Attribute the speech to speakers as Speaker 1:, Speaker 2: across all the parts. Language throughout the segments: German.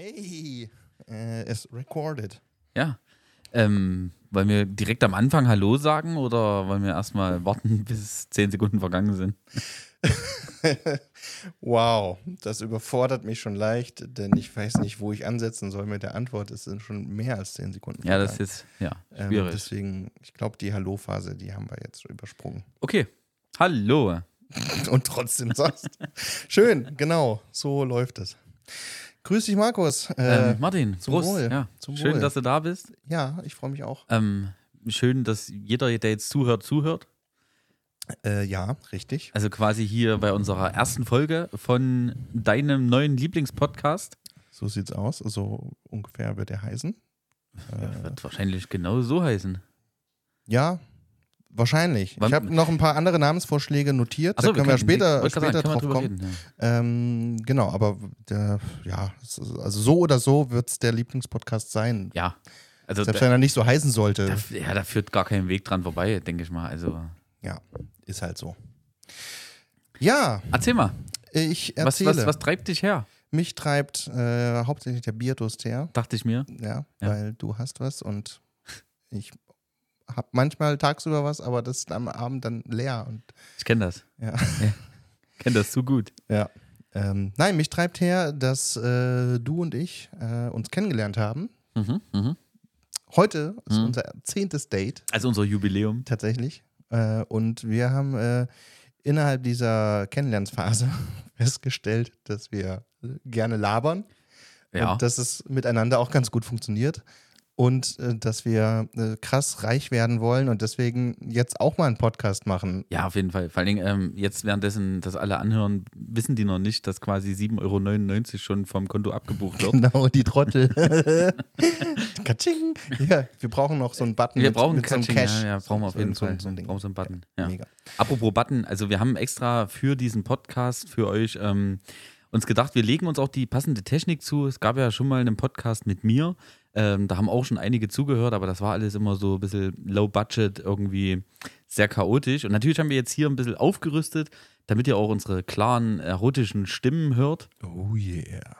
Speaker 1: Hey, äh, es recorded.
Speaker 2: Ja. Ähm, wollen wir direkt am Anfang Hallo sagen oder wollen wir erstmal warten, bis zehn Sekunden vergangen sind?
Speaker 1: wow, das überfordert mich schon leicht, denn ich weiß nicht, wo ich ansetzen soll mit der Antwort. Es sind schon mehr als zehn Sekunden.
Speaker 2: Ja, das ist
Speaker 1: vergangen.
Speaker 2: jetzt ja,
Speaker 1: Ähm,
Speaker 2: schwierig.
Speaker 1: deswegen, ich glaube, die Hallo-Phase, die haben wir jetzt übersprungen.
Speaker 2: okay.
Speaker 1: Äh,
Speaker 2: Hallo.
Speaker 1: Und trotzdem sonst. Schön, genau, so läuft es. Grüß dich, Markus. Äh,
Speaker 2: Ähm, Martin,
Speaker 1: zum
Speaker 2: Prost.
Speaker 1: Wohl.
Speaker 2: Ja.
Speaker 1: Zum
Speaker 2: schön,
Speaker 1: Wohl.
Speaker 2: dass du da bist.
Speaker 1: ja, ich freue mich auch.
Speaker 2: Ähm, schön, dass jeder, der jetzt zuhört, zuhört.
Speaker 1: Äh, ja, richtig.
Speaker 2: Also quasi hier bei unserer ersten Folge von deinem neuen Lieblingspodcast.
Speaker 1: So sieht's aus. So ungefähr wird er heißen. Äh.
Speaker 2: Ja, wird wahrscheinlich genau so heißen.
Speaker 1: Ja, wahrscheinlich.
Speaker 2: Wann-
Speaker 1: ich habe noch ein paar andere Namensvorschläge notiert.
Speaker 2: Achso,
Speaker 1: da können wir, später,
Speaker 2: wollte gerade
Speaker 1: später
Speaker 2: sagen, können
Speaker 1: drauf
Speaker 2: wir drüber
Speaker 1: kommen.
Speaker 2: reden, ja.
Speaker 1: Ähm, genau, aber der, ja, es ist- also so oder so wird es der Lieblingspodcast sein.
Speaker 2: Ja. Also
Speaker 1: Selbst
Speaker 2: da,
Speaker 1: wenn er nicht so heißen sollte.
Speaker 2: da, ja, da führt gar kein Weg dran vorbei, denke ich mal. Also
Speaker 1: ja, ist halt so. Ja,
Speaker 2: erzähl mal,
Speaker 1: ich
Speaker 2: was,
Speaker 1: erzähle.
Speaker 2: was, was treibt dich her?
Speaker 1: Mich treibt äh, hauptsächlich der Bierdurst her,
Speaker 2: Dachte ich mir.
Speaker 1: ja,
Speaker 2: Ja.
Speaker 1: weil du hast was und ich habe manchmal tagsüber was, aber das ist am Abend dann leer und
Speaker 2: Ich kenne das.
Speaker 1: ja.
Speaker 2: Kenne das so gut.
Speaker 1: Ja. Ähm, nein, mich treibt her, dass äh, du und ich äh, uns kennengelernt haben.
Speaker 2: Mhm, mhm.
Speaker 1: Heute ist
Speaker 2: Mhm.
Speaker 1: unser zehntes Date
Speaker 2: Also unser Jubiläum.
Speaker 1: tatsächlich. Äh, und wir haben äh, innerhalb dieser Kennenlernphase festgestellt, dass wir äh, gerne labern
Speaker 2: Ja.
Speaker 1: und dass es miteinander auch ganz gut funktioniert. Und äh, dass wir äh, krass reich werden wollen und deswegen jetzt auch mal einen Podcast machen.
Speaker 2: Ja, auf jeden Fall. Vor allen Dingen, ähm, jetzt währenddessen das alle anhören, wissen die noch nicht, dass quasi 7,99 Euro schon vom Konto abgebucht wird.
Speaker 1: Genau, die Trottel. Katsching. Ja, wir brauchen noch so einen Button.
Speaker 2: Wir
Speaker 1: mit,
Speaker 2: brauchen
Speaker 1: mit so
Speaker 2: einen
Speaker 1: einem
Speaker 2: Catching,
Speaker 1: Cash.
Speaker 2: ja, ja, brauchen wir auf
Speaker 1: So-
Speaker 2: jeden
Speaker 1: so,
Speaker 2: Fall.
Speaker 1: So ein Ding.
Speaker 2: brauchen so einen Button. Ja.
Speaker 1: Mega.
Speaker 2: Apropos Button, also wir haben extra für diesen Podcast, für euch, ähm, uns gedacht, wir legen uns auch die passende Technik zu. Es gab ja schon mal einen Podcast mit mir. Ähm, da haben auch schon einige zugehört, aber das war alles immer so ein bisschen low budget, irgendwie sehr chaotisch. Und natürlich haben wir jetzt hier ein bisschen aufgerüstet, damit ihr auch unsere klaren, erotischen Stimmen hört.
Speaker 1: Oh yeah.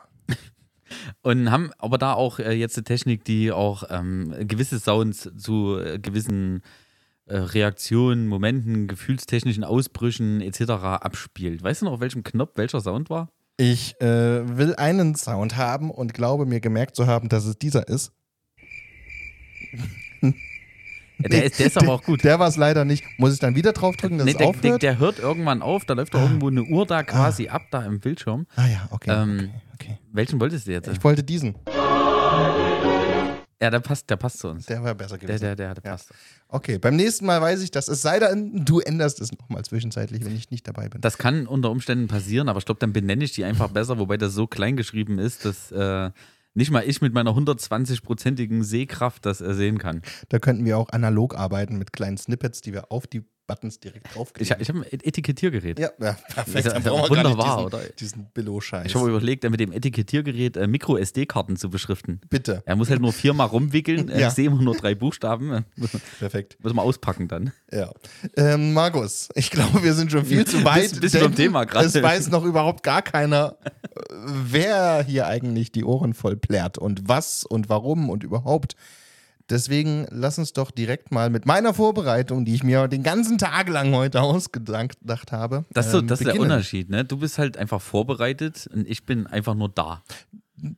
Speaker 2: Und haben aber da auch äh, jetzt eine Technik, die auch ähm, gewisse Sounds zu äh, gewissen äh, Reaktionen, Momenten, gefühlstechnischen Ausbrüchen etc. abspielt. Weißt du noch, auf welchem Knopf welcher Sound war?
Speaker 1: Ich äh, will einen Sound haben und glaube mir gemerkt zu haben, dass es dieser ist.
Speaker 2: Ja, Der,
Speaker 1: Nee,
Speaker 2: ist, der ist aber auch gut.
Speaker 1: Der war es leider nicht. Muss ich dann wieder draufdrücken, dass
Speaker 2: Nee,
Speaker 1: es
Speaker 2: der, der,
Speaker 1: aufhört?
Speaker 2: der hört irgendwann auf, da läuft doch irgendwo eine Uhr da quasi ab, da im Bildschirm.
Speaker 1: ah ja, okay,
Speaker 2: Ähm,
Speaker 1: okay,
Speaker 2: Welchen wolltest du jetzt?
Speaker 1: okay. Ich wollte diesen.
Speaker 2: Ja, der passt, der passt zu uns.
Speaker 1: Der war besser gewesen.
Speaker 2: Der, der, der, der
Speaker 1: Ja.
Speaker 2: passt.
Speaker 1: Okay, beim nächsten Mal weiß ich das. Es sei denn, du änderst es nochmal zwischenzeitlich, wenn ich nicht dabei bin.
Speaker 2: Das kann unter Umständen passieren, aber ich glaube, dann benenne ich die einfach besser, wobei das so klein geschrieben ist, dass äh, nicht mal ich mit meiner 120-prozentigen Sehkraft das äh, sehen kann.
Speaker 1: Da könnten wir auch analog arbeiten mit kleinen Snippets, die wir auf die Buttons direkt
Speaker 2: Ich,
Speaker 1: draufklicken.
Speaker 2: ich habe ein Et- Etikettiergerät.
Speaker 1: Ja, ja perfekt.
Speaker 2: Ist ja
Speaker 1: Dann brauchen wir
Speaker 2: wunderbar,
Speaker 1: gar nicht
Speaker 2: oder?
Speaker 1: diesen, diesen Billo-Scheiß.
Speaker 2: Ich habe überlegt, äh, mit dem Etikettiergerät äh, Micro-SD-Karten zu beschriften.
Speaker 1: Bitte.
Speaker 2: Er muss halt nur viermal rumwickeln, äh,
Speaker 1: Ja.
Speaker 2: ich sehe immer nur drei Buchstaben. äh, Muss
Speaker 1: Perfekt.
Speaker 2: muss man auspacken dann.
Speaker 1: Ja. Ähm, Markus, ich glaube, wir sind schon viel zu weit.
Speaker 2: Bist- bist du beim
Speaker 1: denn
Speaker 2: Thema gerade?
Speaker 1: Es weiß noch überhaupt gar keiner, äh, wer hier eigentlich die Ohren voll plärt und was und warum und überhaupt. Deswegen lass uns doch direkt mal mit meiner Vorbereitung, die ich mir den ganzen Tag lang heute ausgedacht habe.
Speaker 2: Das ist, so,
Speaker 1: ähm,
Speaker 2: das ist der
Speaker 1: beginnen.
Speaker 2: Unterschied, ne? Du bist halt einfach vorbereitet und ich bin einfach nur da.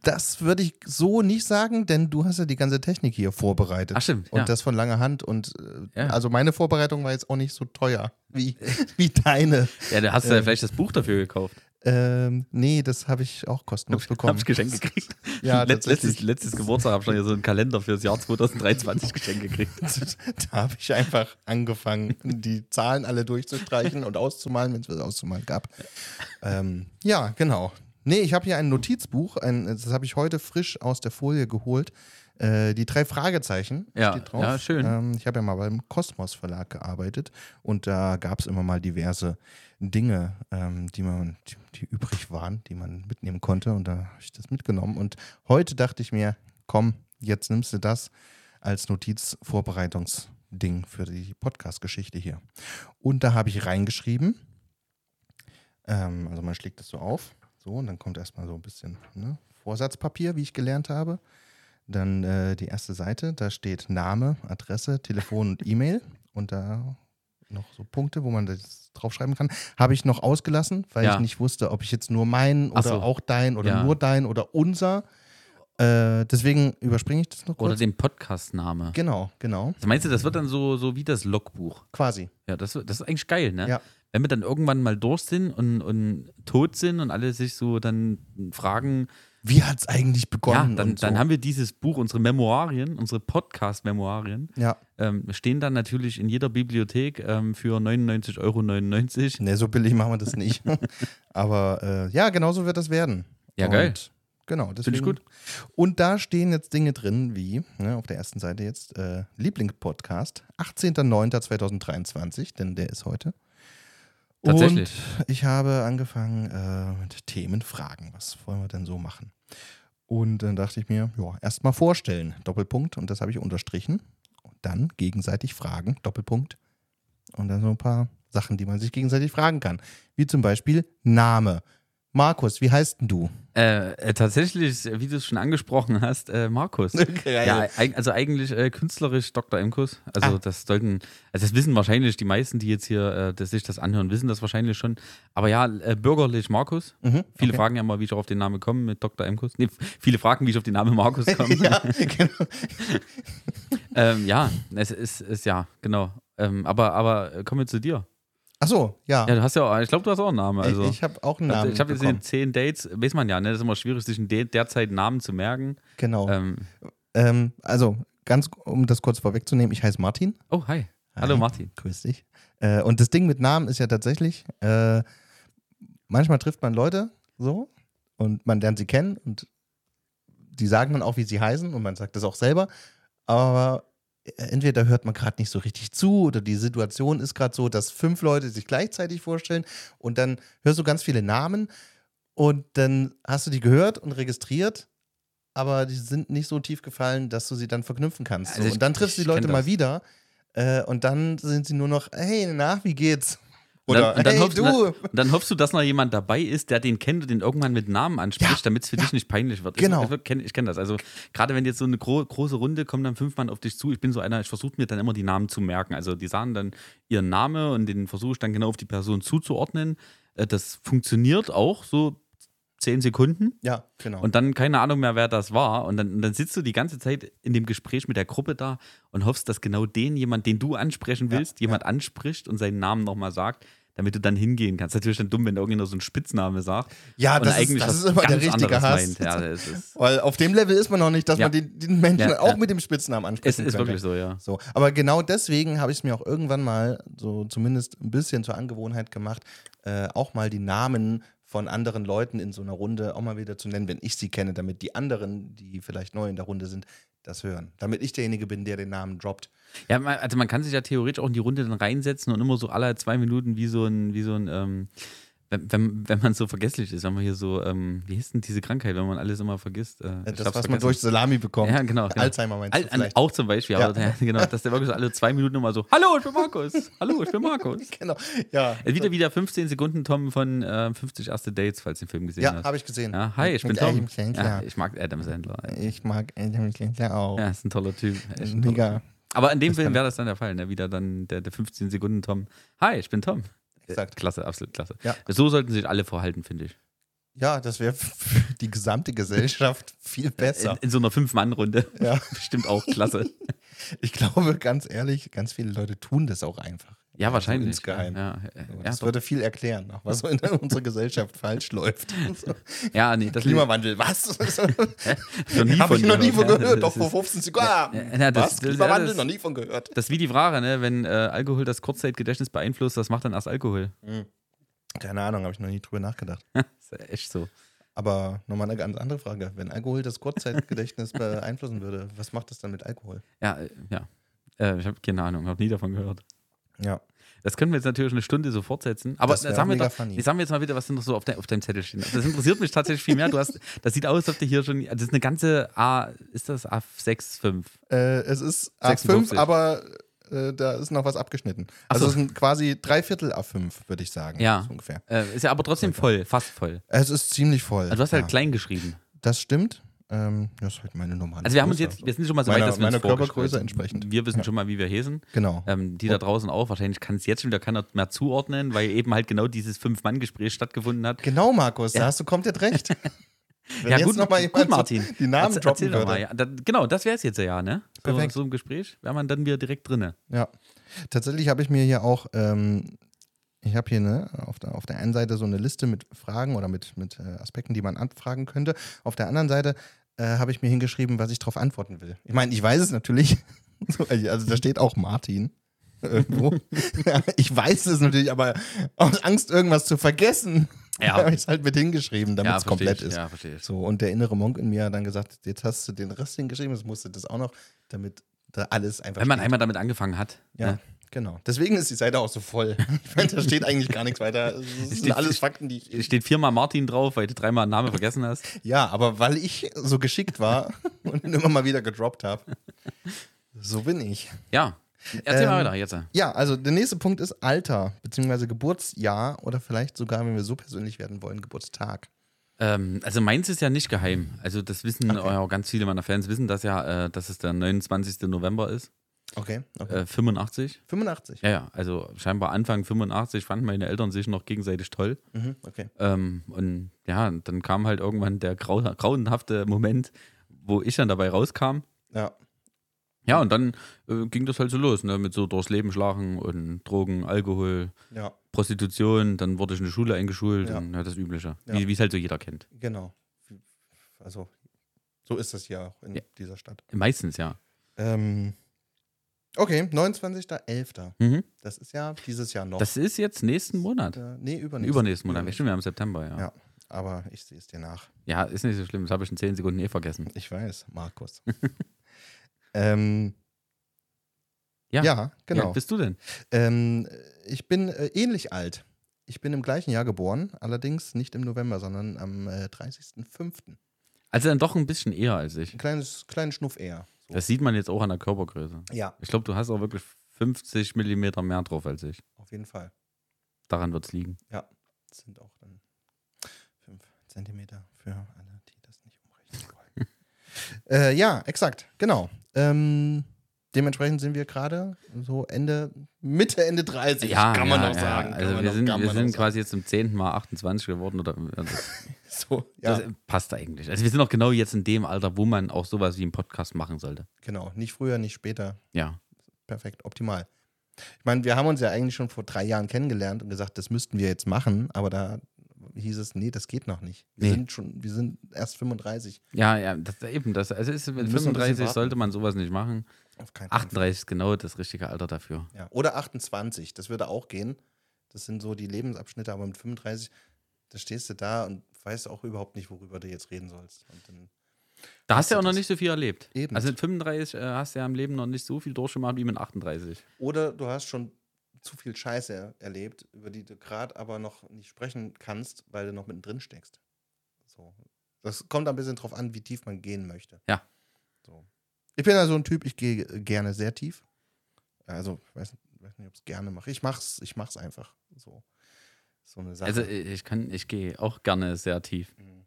Speaker 1: Das würde ich so nicht sagen, denn du hast ja die ganze Technik hier vorbereitet.
Speaker 2: Ach, stimmt,
Speaker 1: Und
Speaker 2: ja.
Speaker 1: das von langer Hand. Und äh,
Speaker 2: Ja.
Speaker 1: also meine Vorbereitung war jetzt auch nicht so teuer wie, wie deine.
Speaker 2: Ja, da hast du ja vielleicht das Buch dafür gekauft.
Speaker 1: Ähm, nee, das habe ich auch kostenlos bekommen.
Speaker 2: Hab ich Geschenk gekriegt.
Speaker 1: Ja,
Speaker 2: Let letztes,
Speaker 1: tatsächlich.
Speaker 2: letztes Geburtstag habe ich schon hier so einen Kalender fürs Jahr 2023 Geschenk gekriegt.
Speaker 1: da habe ich einfach angefangen, die Zahlen alle durchzustreichen und auszumalen, wenn es was auszumalen gab. Ähm, ja, genau. Nee, ich habe hier ein Notizbuch, ein, das habe ich heute frisch aus der Folie geholt. Äh, die drei Fragezeichen
Speaker 2: Ja,
Speaker 1: steht drauf.
Speaker 2: ja, schön.
Speaker 1: Ähm, ich habe ja mal beim Kosmos Verlag gearbeitet und da gab es immer mal diverse Dinge, ähm, die man, die, die übrig waren, die man mitnehmen konnte. Und da habe ich das mitgenommen. Und heute dachte ich mir, komm, jetzt nimmst du das als Notizvorbereitungsding für die Podcast-Geschichte hier. Und da habe ich reingeschrieben. Ähm, also man schlägt das so auf. So, und dann kommt erstmal so ein bisschen ne, Vorsatzpapier, wie ich gelernt habe. Dann äh, die erste Seite, da steht Name, Adresse, Telefon und E-Mail. Und da noch so Punkte, wo man das draufschreiben kann. Habe ich noch ausgelassen, weil
Speaker 2: Ja.
Speaker 1: ich nicht wusste, ob ich jetzt nur mein
Speaker 2: Ach
Speaker 1: oder
Speaker 2: so.
Speaker 1: auch dein oder
Speaker 2: Ja.
Speaker 1: nur dein oder unser. Äh, deswegen überspringe ich das noch kurz.
Speaker 2: Oder den Podcast-Name.
Speaker 1: genau, genau.
Speaker 2: Also meinst du, das wird dann so, so wie das Logbuch?
Speaker 1: Quasi.
Speaker 2: Ja, das, das ist eigentlich geil, ne?
Speaker 1: Ja.
Speaker 2: Wenn wir dann irgendwann mal durch sind und, und tot sind und alle sich so dann fragen,
Speaker 1: Wie hat es eigentlich begonnen?
Speaker 2: ja, dann,
Speaker 1: und so.
Speaker 2: dann haben wir dieses Buch, unsere Memoirien, unsere Podcast-Memoirien,
Speaker 1: ja.
Speaker 2: ähm, stehen dann natürlich in jeder Bibliothek ähm, für 99,99 Euro.
Speaker 1: Ne, so billig machen wir das nicht. Aber äh, ja, genauso wird das werden.
Speaker 2: Ja, geil.
Speaker 1: Und Genau, das
Speaker 2: ich gut.
Speaker 1: Und da stehen jetzt Dinge drin, wie ne, auf der ersten Seite jetzt äh, Lieblingspodcast, 18.09.2023, denn der ist heute.
Speaker 2: Tatsächlich.
Speaker 1: Und ich habe angefangen äh, mit Themenfragen. Was wollen wir denn so machen? Und dann dachte ich mir, ja, erstmal vorstellen, Doppelpunkt, und das habe ich unterstrichen. Und dann gegenseitig fragen, Doppelpunkt. Und dann so ein paar Sachen, die man sich gegenseitig fragen kann. Wie zum Beispiel Name. Markus, wie heißt denn du?
Speaker 2: Äh, äh, tatsächlich, wie du es schon angesprochen hast, äh, Markus. Ja, eig- also eigentlich äh, künstlerisch Dr. Imkus. Also
Speaker 1: Ah.
Speaker 2: das sollten, also das wissen wahrscheinlich die meisten, die jetzt hier äh, das, sich das anhören, wissen das wahrscheinlich schon. Aber ja, äh, bürgerlich Markus.
Speaker 1: Mhm,
Speaker 2: Viele
Speaker 1: okay.
Speaker 2: fragen ja mal, wie ich auf den Namen komme mit Dr. Imkus. Nee, viele fragen, wie ich auf den Namen Markus komme.
Speaker 1: ja, genau.
Speaker 2: ähm, ja, es ist, ist ja, genau. Ähm, aber, aber äh, kommen wir zu dir.
Speaker 1: Ach so, ja.
Speaker 2: Ja, du hast ja auch, ich glaube, du hast auch einen Namen. Also.
Speaker 1: Ah. ich ich habe auch einen
Speaker 2: Also,
Speaker 1: Namen.
Speaker 2: ich habe jetzt in
Speaker 1: bekommen.
Speaker 2: den zehn Dates, weiß man ja, ne? Das ist immer schwierig, sich in de derzeit Namen zu merken.
Speaker 1: Genau.
Speaker 2: Ähm,
Speaker 1: Ähm, also, ganz um das kurz vorwegzunehmen, ich heiße Martin.
Speaker 2: oh, hi. Hallo
Speaker 1: Hi.
Speaker 2: Martin.
Speaker 1: Grüß dich. Äh, und das Ding mit Namen ist ja tatsächlich, äh, manchmal trifft man Leute so und man lernt sie kennen und die sagen dann auch, wie sie heißen und man sagt das auch selber. Aber äh, entweder hört man gerade nicht so richtig zu oder die Situation ist gerade so, dass fünf Leute sich gleichzeitig vorstellen und dann hörst du ganz viele Namen und dann hast du die gehört und registriert. Aber die sind nicht so tief gefallen, dass du sie dann verknüpfen kannst.
Speaker 2: Also
Speaker 1: so.
Speaker 2: ich-
Speaker 1: und dann triffst du
Speaker 2: ich
Speaker 1: die Leute
Speaker 2: kenn
Speaker 1: mal
Speaker 2: das.
Speaker 1: wieder äh, und dann sind sie nur noch, hey, nach, wie geht's?
Speaker 2: Und dann-
Speaker 1: Oder,
Speaker 2: und dann
Speaker 1: hey,
Speaker 2: hoffst du-
Speaker 1: du.
Speaker 2: Und dann hoffst du, dass noch jemand dabei ist, der den kennt und den irgendwann mit Namen anspricht,
Speaker 1: Ja,
Speaker 2: damit es für dich nicht peinlich wird.
Speaker 1: Genau.
Speaker 2: Ich, ich kenne ich kenn das. Also gerade wenn jetzt so eine gro große Runde kommen dann fünf Mann auf dich zu. Ich bin so einer, ich versuche mir dann immer die Namen zu merken. Also die sagen dann ihren Namen und den versuche ich dann genau auf die Person zuzuordnen. Äh, Das funktioniert auch so zehn Sekunden.
Speaker 1: Ja, genau.
Speaker 2: Und dann keine Ahnung mehr, wer das war. Und dann, und dann sitzt du die ganze Zeit in dem Gespräch mit der Gruppe da und hoffst, dass genau den jemand, den du ansprechen
Speaker 1: Ja,
Speaker 2: willst, jemand anspricht und seinen Namen nochmal sagt, damit du dann hingehen kannst. Natürlich dann dumm, wenn irgendjemand so einen Spitzname sagt.
Speaker 1: ja,
Speaker 2: und
Speaker 1: Ah, das, ist, das
Speaker 2: was
Speaker 1: ist immer der
Speaker 2: ganz
Speaker 1: richtige
Speaker 2: anderes
Speaker 1: Hass.
Speaker 2: meint. Ja, es ist,
Speaker 1: Weil auf dem Level ist man noch nicht, dass
Speaker 2: Ja.
Speaker 1: man den, den Menschen
Speaker 2: Ja,
Speaker 1: auch
Speaker 2: ja.
Speaker 1: mit dem Spitznamen
Speaker 2: es
Speaker 1: ansprechen
Speaker 2: ist
Speaker 1: könnte.
Speaker 2: wirklich so, ja.
Speaker 1: So, aber genau deswegen habe ich es mir auch irgendwann mal, so zumindest ein bisschen zur Angewohnheit gemacht, äh, auch mal die Namen von anderen Leuten in so einer Runde auch mal wieder zu nennen, wenn ich sie kenne, damit die anderen, die vielleicht neu in der Runde sind, das hören. Damit ich derjenige bin, der den Namen droppt.
Speaker 2: Ja, man- also man kann sich ja theoretisch auch in die Runde dann reinsetzen und immer so alle zwei Minuten wie so ein, wie so ein, ähm, wenn, wenn, wenn man so vergesslich ist, wenn man hier so, ähm, wie hieß denn diese Krankheit, wenn man alles immer vergisst? Äh, ich
Speaker 1: Das,
Speaker 2: hab's
Speaker 1: was man
Speaker 2: vergessen.
Speaker 1: durch Salami bekommt.
Speaker 2: Ja, genau, genau.
Speaker 1: Alzheimer meinst
Speaker 2: Al
Speaker 1: du
Speaker 2: an,
Speaker 1: vielleicht.
Speaker 2: auch zum Beispiel,
Speaker 1: Ja.
Speaker 2: aber ja. genau, dass der wirklich so alle zwei Minuten immer so, hallo, ich bin Markus, hallo, ich bin Markus.
Speaker 1: genau, ja.
Speaker 2: Äh, Wieder, wieder 15 Sekunden, Tom, von äh, 50 erste Dates, falls du den Film gesehen
Speaker 1: Ja,
Speaker 2: hast.
Speaker 1: habe ich gesehen.
Speaker 2: Ja, hi, ich bin
Speaker 1: Mit
Speaker 2: Tom.
Speaker 1: Adam Sandler.
Speaker 2: Ja, ich mag Adam Sandler.
Speaker 1: Ich mag Adam Sandler auch.
Speaker 2: Ja, ist ein toller Typ. Echt ein toller-
Speaker 1: Mega.
Speaker 2: Aber in dem Film wäre das dann der Fall, ne? wieder dann der, der 15 Sekunden Tom, hi, ich bin Tom. Äh,
Speaker 1: Exakt.
Speaker 2: Klasse, absolut klasse.
Speaker 1: Ja.
Speaker 2: So sollten sich alle verhalten, finde ich.
Speaker 1: Ja, das wäre für die gesamte Gesellschaft viel
Speaker 2: In,
Speaker 1: besser.
Speaker 2: in so einer Fünf-Mann-Runde.
Speaker 1: Ja.
Speaker 2: Bestimmt auch klasse. äh,
Speaker 1: Ich glaube, ganz ehrlich, ganz viele Leute tun das auch einfach.
Speaker 2: Ja, wahrscheinlich.
Speaker 1: So insgeheim.
Speaker 2: Ja, ja,
Speaker 1: So,
Speaker 2: ja,
Speaker 1: das würde viel erklären, auch was so in unserer Gesellschaft falsch läuft. So.
Speaker 2: ja, nee, das
Speaker 1: Klimawandel, was? So,
Speaker 2: Noch nie
Speaker 1: Habe
Speaker 2: von
Speaker 1: ich noch nie von
Speaker 2: Ja,
Speaker 1: gehört,
Speaker 2: das
Speaker 1: doch vor
Speaker 2: ist-
Speaker 1: 15 Sekunden. Ah,
Speaker 2: Ja, ja, das-
Speaker 1: was?
Speaker 2: das- ja,
Speaker 1: Klimawandel,
Speaker 2: das-
Speaker 1: noch nie von gehört.
Speaker 2: Das ist wie die Frage, ne? Wenn äh, Alkohol das Kurzzeitgedächtnis beeinflusst, das macht dann erst Alkohol.
Speaker 1: Keine Ahnung, habe ich noch nie drüber nachgedacht.
Speaker 2: Das ist echt so.
Speaker 1: Aber nochmal eine ganz andere Frage. Wenn Alkohol das Kurzzeitgedächtnis beeinflussen würde, was macht das dann mit Alkohol?
Speaker 2: Ja, äh, ja. Äh, ich habe keine Ahnung, habe nie davon gehört.
Speaker 1: Ja.
Speaker 2: Das können wir jetzt natürlich eine Stunde so fortsetzen. Aber
Speaker 1: Das wär
Speaker 2: sagen wir,
Speaker 1: mega
Speaker 2: doch,
Speaker 1: funny.
Speaker 2: nee, sagen wir jetzt mal wieder, was denn noch so auf, dein- auf deinem Zettel steht. Das interessiert mich tatsächlich viel mehr. Du hast, das sieht aus, als ob du hier schon. also Das ist eine ganze A, ist das A6, 5?
Speaker 1: Äh, es ist
Speaker 2: 56.
Speaker 1: A5, aber äh, da ist noch was abgeschnitten. Also
Speaker 2: so.
Speaker 1: es sind quasi drei Viertel A5, würde ich sagen.
Speaker 2: Ja.
Speaker 1: So ungefähr.
Speaker 2: Äh, ist ja aber trotzdem voll, fast voll.
Speaker 1: Es ist ziemlich voll.
Speaker 2: Also du hast
Speaker 1: ja.
Speaker 2: halt klein geschrieben.
Speaker 1: Das stimmt. Ähm, das ist halt meine normale
Speaker 2: Also wir haben uns
Speaker 1: Größe.
Speaker 2: jetzt, wir sind schon mal so
Speaker 1: Meiner-
Speaker 2: weit, dass wir
Speaker 1: meiner
Speaker 2: uns vorgestellt
Speaker 1: Körpergröße
Speaker 2: haben.
Speaker 1: entsprechend.
Speaker 2: Wir wissen schon mal, wie wir hesen.
Speaker 1: Genau.
Speaker 2: Ähm, die da draußen auch. Wahrscheinlich kann es jetzt schon wieder keiner mehr zuordnen, weil eben halt genau dieses Fünf-Mann-Gespräch stattgefunden hat.
Speaker 1: Genau, Markus, da hast du komplett recht. Wenn
Speaker 2: ja,
Speaker 1: jetzt
Speaker 2: gut,
Speaker 1: noch mal
Speaker 2: gut,
Speaker 1: jemand so
Speaker 2: Martin.
Speaker 1: die Namen
Speaker 2: Erz-
Speaker 1: droppen
Speaker 2: doch
Speaker 1: würde.
Speaker 2: Mal, ja. Da, genau, das wäre es jetzt ja, ne? So,
Speaker 1: Perfekt.
Speaker 2: so im Gespräch wäre man dann wieder direkt drinne.
Speaker 1: Ja. Tatsächlich habe ich mir hier auch, ähm, ich habe hier ne, auf, der, auf der einen Seite so eine Liste mit Fragen oder mit, mit äh, Aspekten, die man abfragen könnte. Auf der anderen Seite äh, habe ich mir hingeschrieben, was ich darauf antworten will. Ich meine, ich weiß es natürlich. So, Also
Speaker 2: Mhm.
Speaker 1: da steht auch Martin. Irgendwo. ich weiß es natürlich, aber aus Angst, irgendwas zu vergessen,
Speaker 2: Ja.
Speaker 1: habe ich es halt mit hingeschrieben, damit
Speaker 2: ja,
Speaker 1: es komplett
Speaker 2: ich.
Speaker 1: ist.
Speaker 2: Ja, verstehe ich.
Speaker 1: So, und der innere Monk in mir hat dann gesagt, jetzt hast du den Rest hingeschrieben, jetzt musst du das auch noch, damit da alles einfach
Speaker 2: Wenn man
Speaker 1: steht.
Speaker 2: einmal damit angefangen hat.
Speaker 1: Ja,
Speaker 2: ne?
Speaker 1: genau. Deswegen ist die Seite auch so voll. Ich meine, da steht eigentlich gar nichts weiter. Das sind
Speaker 2: Steht-
Speaker 1: alles Fakten, die ich.
Speaker 2: Steht viermal Martin drauf, weil du dreimal einen Namen vergessen hast.
Speaker 1: Ja, aber weil ich so geschickt war und ihn immer mal wieder gedroppt habe. So bin ich.
Speaker 2: Ja. Erzähl mal
Speaker 1: Ähm,
Speaker 2: weiter jetzt.
Speaker 1: Ja, also der nächste Punkt ist Alter, beziehungsweise Geburtsjahr oder vielleicht sogar, wenn wir so persönlich werden wollen, Geburtstag.
Speaker 2: Ähm, also meins ist ja nicht geheim. Also das wissen ja auch ganz viele meiner Fans wissen das ja, äh, dass es der 29. November ist,
Speaker 1: Okay. okay.
Speaker 2: äh, 85.
Speaker 1: 85.
Speaker 2: Ja, ja, also scheinbar Anfang 85 fanden meine Eltern sich noch gegenseitig toll.
Speaker 1: Mhm, okay.
Speaker 2: Ähm, und ja, und dann kam halt irgendwann der grau grauenhafte Moment, wo ich dann dabei rauskam.
Speaker 1: Ja.
Speaker 2: Ja, und dann äh, ging das halt so los, ne? mit so durchs Leben schlagen und Drogen, Alkohol,
Speaker 1: Ja,
Speaker 2: Prostitution. Dann wurde ich in die Schule eingeschult
Speaker 1: Ja.
Speaker 2: und ja, das Übliche,
Speaker 1: Ja.
Speaker 2: wie wie es halt so jeder kennt.
Speaker 1: genau. Also, so ist das hier auch in
Speaker 2: Ja.
Speaker 1: dieser Stadt.
Speaker 2: Meistens, ja.
Speaker 1: Ähm, okay, 29.11.
Speaker 2: Mhm.
Speaker 1: Das ist ja dieses Jahr noch.
Speaker 2: Das ist jetzt nächsten Monat.
Speaker 1: Äh, nee, übernächsten.
Speaker 2: Übernächsten Monat. Stimmt, wir haben September, ja.
Speaker 1: Ja.
Speaker 2: ja.
Speaker 1: Aber ich sehe es dir nach.
Speaker 2: ist nicht so schlimm. Das habe ich in 10 Sekunden eh vergessen.
Speaker 1: Ich weiß, Markus. ähm,
Speaker 2: Ja.
Speaker 1: ja.
Speaker 2: Wie
Speaker 1: genau.
Speaker 2: alt bist du denn?
Speaker 1: ähm, ich bin äh, ähnlich alt. Ich bin im gleichen Jahr geboren, allerdings nicht im November, sondern am äh, 30.05.
Speaker 2: Also dann doch ein bisschen eher als ich.
Speaker 1: Ein kleines, kleinen Schnuff eher. So.
Speaker 2: Das sieht man jetzt auch an der Körpergröße.
Speaker 1: ja,
Speaker 2: Ich glaube, du hast auch wirklich 50 Millimeter mehr drauf als ich.
Speaker 1: auf jeden Fall.
Speaker 2: Daran wird es liegen.
Speaker 1: Das sind auch dann 5 Zentimeter für alle, die das nicht umrechnen wollen. äh, ja, exakt, genau. Ähm, dementsprechend sind wir gerade so Ende, Mitte, Ende 30, kann man
Speaker 2: ja,
Speaker 1: noch
Speaker 2: ja.
Speaker 1: sagen. kann
Speaker 2: Also
Speaker 1: man
Speaker 2: wir
Speaker 1: noch-
Speaker 2: sind,
Speaker 1: kann
Speaker 2: wir
Speaker 1: man
Speaker 2: sind
Speaker 1: noch sagen.
Speaker 2: quasi jetzt zum 10. Mal 28 geworden. Oder, äh, das,
Speaker 1: So, ja,
Speaker 2: das passt eigentlich. Also wir sind auch genau jetzt in dem Alter, wo man auch sowas wie einen Podcast machen sollte.
Speaker 1: genau. Nicht früher, nicht später.
Speaker 2: Ja.
Speaker 1: Perfekt, optimal. Ich meine, wir haben uns ja eigentlich schon vor drei Jahren kennengelernt und gesagt, das müssten wir jetzt machen, aber da hieß es, nee, das geht noch nicht. Wir
Speaker 2: Nee.
Speaker 1: sind schon, wir sind erst 35.
Speaker 2: Ja, ja, das, eben. Das, also ist,
Speaker 1: müssen
Speaker 2: mit
Speaker 1: ein bisschen
Speaker 2: 35
Speaker 1: warten.
Speaker 2: sollte man sowas nicht machen.
Speaker 1: Auf keinen Fall.
Speaker 2: 38 ist genau das richtige Alter dafür.
Speaker 1: Ja. Oder 28, das würde auch gehen. Das sind so die Lebensabschnitte, aber mit 35, da stehst du da und weißt auch überhaupt nicht, worüber du jetzt reden sollst. Und dann,
Speaker 2: Da hast du ja auch
Speaker 1: du
Speaker 2: noch
Speaker 1: das?
Speaker 2: nicht so viel erlebt.
Speaker 1: Eben.
Speaker 2: Also mit 35 äh, hast du ja im Leben noch nicht so viel durchgemacht wie mit 38.
Speaker 1: oder du hast schon zu viel Scheiße er- erlebt, über die du gerade aber noch nicht sprechen kannst, weil du noch mittendrin steckst. So. Das kommt ein bisschen drauf an, wie tief man gehen möchte.
Speaker 2: Ja.
Speaker 1: So. Ich bin ja so ein Typ, ich gehe gerne sehr tief. Also, ich weiß nicht, weiß nicht ob ich es gerne mache. Ich mach's, ich mach's einfach. So. So eine Sache.
Speaker 2: Also ich kann, ich gehe auch gerne sehr tief.
Speaker 1: Mhm.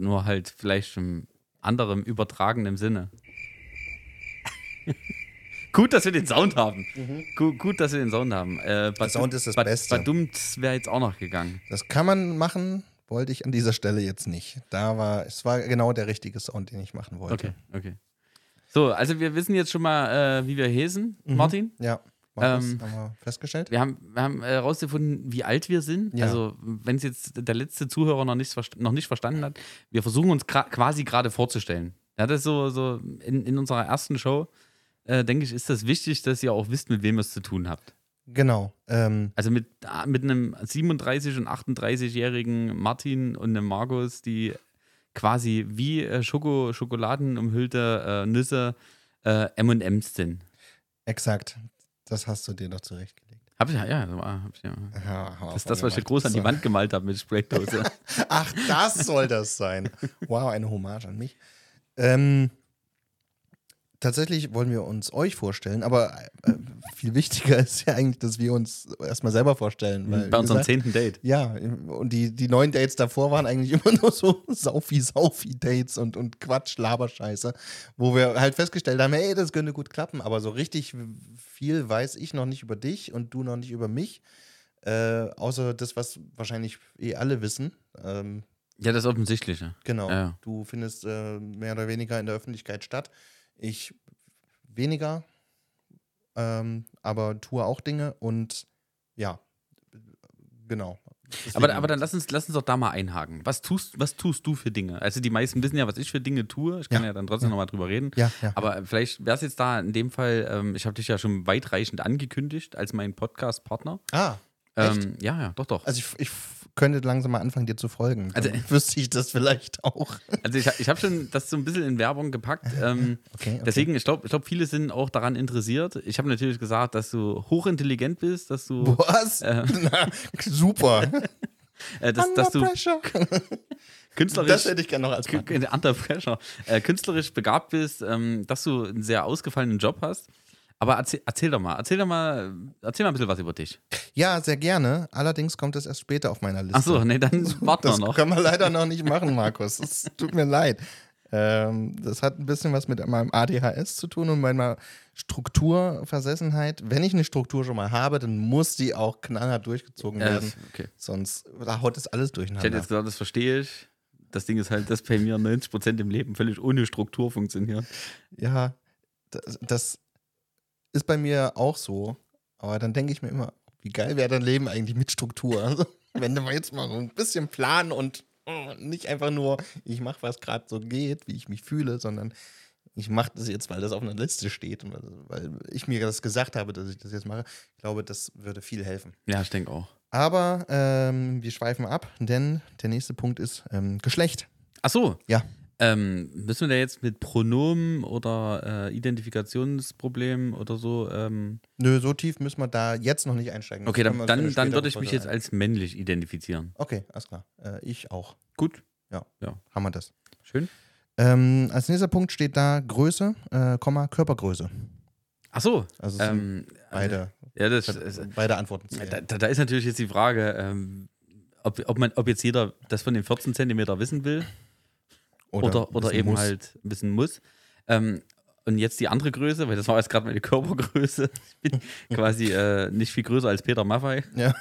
Speaker 2: Nur halt vielleicht im anderem übertragenen Sinne. gut, dass wir den Sound haben. Gu gut, dass wir den Sound haben. Äh, Bad-
Speaker 1: Mhm. Sound ist das
Speaker 2: Bad-
Speaker 1: Beste.
Speaker 2: Badumts wäre jetzt auch noch gegangen.
Speaker 1: Das kann man machen, wollte ich an dieser Stelle jetzt nicht. Da war, es war genau der richtige Sound, den ich machen wollte.
Speaker 2: Okay, okay. So, also wir wissen jetzt schon mal, äh, wie wir hesen,
Speaker 1: Mhm.
Speaker 2: Martin.
Speaker 1: Ja, Markus,
Speaker 2: Ähm,
Speaker 1: haben wir festgestellt.
Speaker 2: Wir haben, wir haben äh, rausgefunden, wie alt wir sind.
Speaker 1: Ja.
Speaker 2: Also, wenn es jetzt der letzte Zuhörer noch nicht, verst- noch nicht verstanden hat, wir versuchen uns gra- quasi gerade vorzustellen. Ja, das ist so, so in, in unserer ersten Show, äh, denke ich, ist das wichtig, dass ihr auch wisst, mit wem ihr es zu tun habt.
Speaker 1: Genau. Ähm,
Speaker 2: Also mit, ah, mit einem 37- und 38-jährigen Martin und einem Markus, die quasi wie äh, Schoko Schokoladen umhüllte äh, Nüsse äh, M&M's sind.
Speaker 1: exakt. Das hast du dir doch zurechtgelegt.
Speaker 2: Hab ich ja, ja, so, ah, hab ich ja.
Speaker 1: Ja, hau auf,
Speaker 2: Das ist das, was ich hier
Speaker 1: gemacht.
Speaker 2: groß an die
Speaker 1: So.
Speaker 2: Wand gemalt habe mit Spraydose.
Speaker 1: Ach, das soll das sein. Wow, eine Hommage an mich. Ähm, tatsächlich wollen wir uns euch vorstellen, aber äh, viel wichtiger ist ja eigentlich, dass wir uns erstmal selber vorstellen. Weil,
Speaker 2: Mhm. Bei
Speaker 1: wie
Speaker 2: unserem
Speaker 1: gesagt,
Speaker 2: zehnten Date.
Speaker 1: Ja, und die, die neuen Dates davor waren eigentlich immer nur so Saufi-Saufi-Dates und, und Quatsch, Laberscheiße, wo wir halt festgestellt haben, hey, das könnte gut klappen, aber so richtig viel weiß ich noch nicht über dich und du noch nicht über mich, äh, außer das, was wahrscheinlich eh alle wissen. Ähm,
Speaker 2: Ja, das Offensichtliche.
Speaker 1: genau,
Speaker 2: Ja.
Speaker 1: du findest äh, mehr oder weniger in der Öffentlichkeit statt, ich weniger, ähm, aber tue auch Dinge und ja, genau.
Speaker 2: Aber,
Speaker 1: Deswegen-
Speaker 2: aber dann lass uns, lass uns doch da mal einhaken. Was tust, was tust du für Dinge? Also die meisten wissen ja, was ich für Dinge tue. Ich kann ja,
Speaker 1: Ja.
Speaker 2: dann trotzdem
Speaker 1: Ja.
Speaker 2: nochmal drüber reden.
Speaker 1: Ja, ja.
Speaker 2: Aber vielleicht wäre es jetzt da in dem Fall, ähm, ich habe dich ja schon weitreichend angekündigt als mein Podcast-Partner.
Speaker 1: ah, Echt?
Speaker 2: Ähm, ja, ja, doch, doch.
Speaker 1: also ich, ich f- könnte langsam mal anfangen, dir zu folgen. Dann
Speaker 2: Also-
Speaker 1: wüsste ich das vielleicht auch.
Speaker 2: Also ich, ich habe schon das so ein bisschen in Werbung gepackt. Ähm,
Speaker 1: Okay, okay.
Speaker 2: Deswegen, ich glaube, ich glaub, viele sind auch daran interessiert. Ich habe natürlich gesagt, dass du hochintelligent bist, dass du,
Speaker 1: Was? Na, super.
Speaker 2: äh, dass, dass du
Speaker 1: pressure.
Speaker 2: künstlerisch
Speaker 1: Das hätte ich gerne noch als
Speaker 2: Kü-
Speaker 1: Mann.
Speaker 2: Under Pressure, äh, künstlerisch begabt bist, ähm, dass du einen sehr ausgefallenen Job hast. Aber erzähl, erzähl doch mal, erzähl doch mal, erzähl mal ein bisschen was über dich.
Speaker 1: Ja, sehr gerne. Allerdings kommt es erst später auf meiner Liste.
Speaker 2: Achso, nee, dann warten wir
Speaker 1: das
Speaker 2: noch.
Speaker 1: kann man leider noch nicht machen, Markus. Es tut mir leid. Ähm, das hat ein bisschen was mit meinem ADHS zu tun und meiner Strukturversessenheit. Wenn ich eine Struktur schon mal habe, dann muss die auch knallhart durchgezogen
Speaker 2: Äh,
Speaker 1: werden.
Speaker 2: okay.
Speaker 1: Sonst da haut es alles
Speaker 2: Ich
Speaker 1: durcheinander.
Speaker 2: hätte jetzt gesagt, das verstehe ich. Das Ding ist halt, dass bei mir 90% im Leben völlig ohne Struktur funktioniert.
Speaker 1: Ja, das, das ist bei mir auch so. Aber dann denke ich mir immer, wie geil wäre dein Leben eigentlich mit Struktur? Also, wenn du mal jetzt mal so ein bisschen planen und oh, nicht einfach nur, ich mache, was gerade so geht, wie ich mich fühle, sondern ich mache das jetzt, weil das auf einer Liste steht und weil weil ich mir das gesagt habe, dass ich das jetzt mache. Ich glaube, das würde viel helfen.
Speaker 2: Ja, ich denke auch.
Speaker 1: Aber ähm, wir schweifen ab, denn der nächste Punkt ist ähm, Geschlecht.
Speaker 2: Achso.
Speaker 1: Ja.
Speaker 2: Ähm, müssen wir da jetzt mit Pronomen oder äh, Identifikationsproblemen oder so? Ähm,
Speaker 1: Nö, so tief müssen wir da jetzt noch nicht einsteigen. Das
Speaker 2: okay,
Speaker 1: können wir für
Speaker 2: dann, dann,
Speaker 1: eine
Speaker 2: dann
Speaker 1: spätere
Speaker 2: würde ich mich
Speaker 1: Folge
Speaker 2: jetzt als männlich identifizieren.
Speaker 1: Okay, alles klar. Äh, ich auch.
Speaker 2: Gut,
Speaker 1: Haben wir das.
Speaker 2: schön.
Speaker 1: Ähm, als nächster Punkt steht da Größe, äh, Komma, Körpergröße.
Speaker 2: Achso.
Speaker 1: Also es sind
Speaker 2: Ähm,
Speaker 1: beide,
Speaker 2: Ja, das,
Speaker 1: das,
Speaker 2: äh,
Speaker 1: beide Antworten zählen.
Speaker 2: da, da da ist natürlich jetzt die Frage, ähm, ob, ob, man, ob jetzt jeder das von den 14 Zentimeter wissen will oder, oder,
Speaker 1: es
Speaker 2: eben
Speaker 1: muss.
Speaker 2: halt wissen muss. Ähm, und jetzt die andere Größe, weil das war jetzt gerade meine Körpergröße. Ich bin quasi äh, nicht viel größer als Peter Maffei.
Speaker 1: Ja.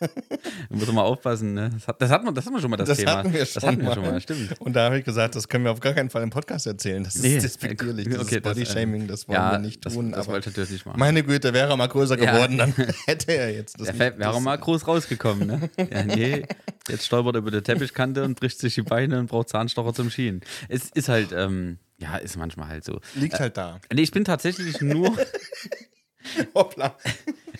Speaker 2: Da muss man mal aufpassen. Ne? Das, hat, das, hat man, das hat man schon mal das,
Speaker 1: Das
Speaker 2: Thema.
Speaker 1: hatten wir
Speaker 2: das
Speaker 1: schon
Speaker 2: hatten wir
Speaker 1: mal.
Speaker 2: schon mal, stimmt.
Speaker 1: Und da habe ich gesagt, das können wir auf gar keinen Fall im Podcast erzählen. Das
Speaker 2: Nee.
Speaker 1: ist despektierlich. Das
Speaker 2: Okay,
Speaker 1: ist
Speaker 2: das, äh,
Speaker 1: Bodyshaming, das wollen
Speaker 2: Ja,
Speaker 1: wir nicht
Speaker 2: das,
Speaker 1: tun.
Speaker 2: das
Speaker 1: aber
Speaker 2: wollte ich natürlich nicht machen.
Speaker 1: meine Güte, wäre er mal größer
Speaker 2: Ja.
Speaker 1: geworden, dann hätte er jetzt das.
Speaker 2: Der
Speaker 1: nicht-
Speaker 2: Fett wäre mal groß rausgekommen, ne? Ja, nee, jetzt stolpert er über die Teppichkante und bricht sich die Beine und braucht Zahnstocher zum Schienen. Es ist halt, ähm, ja, ist manchmal halt so.
Speaker 1: das liegt halt da.
Speaker 2: Nee, ich bin tatsächlich nur,
Speaker 1: Hoppla.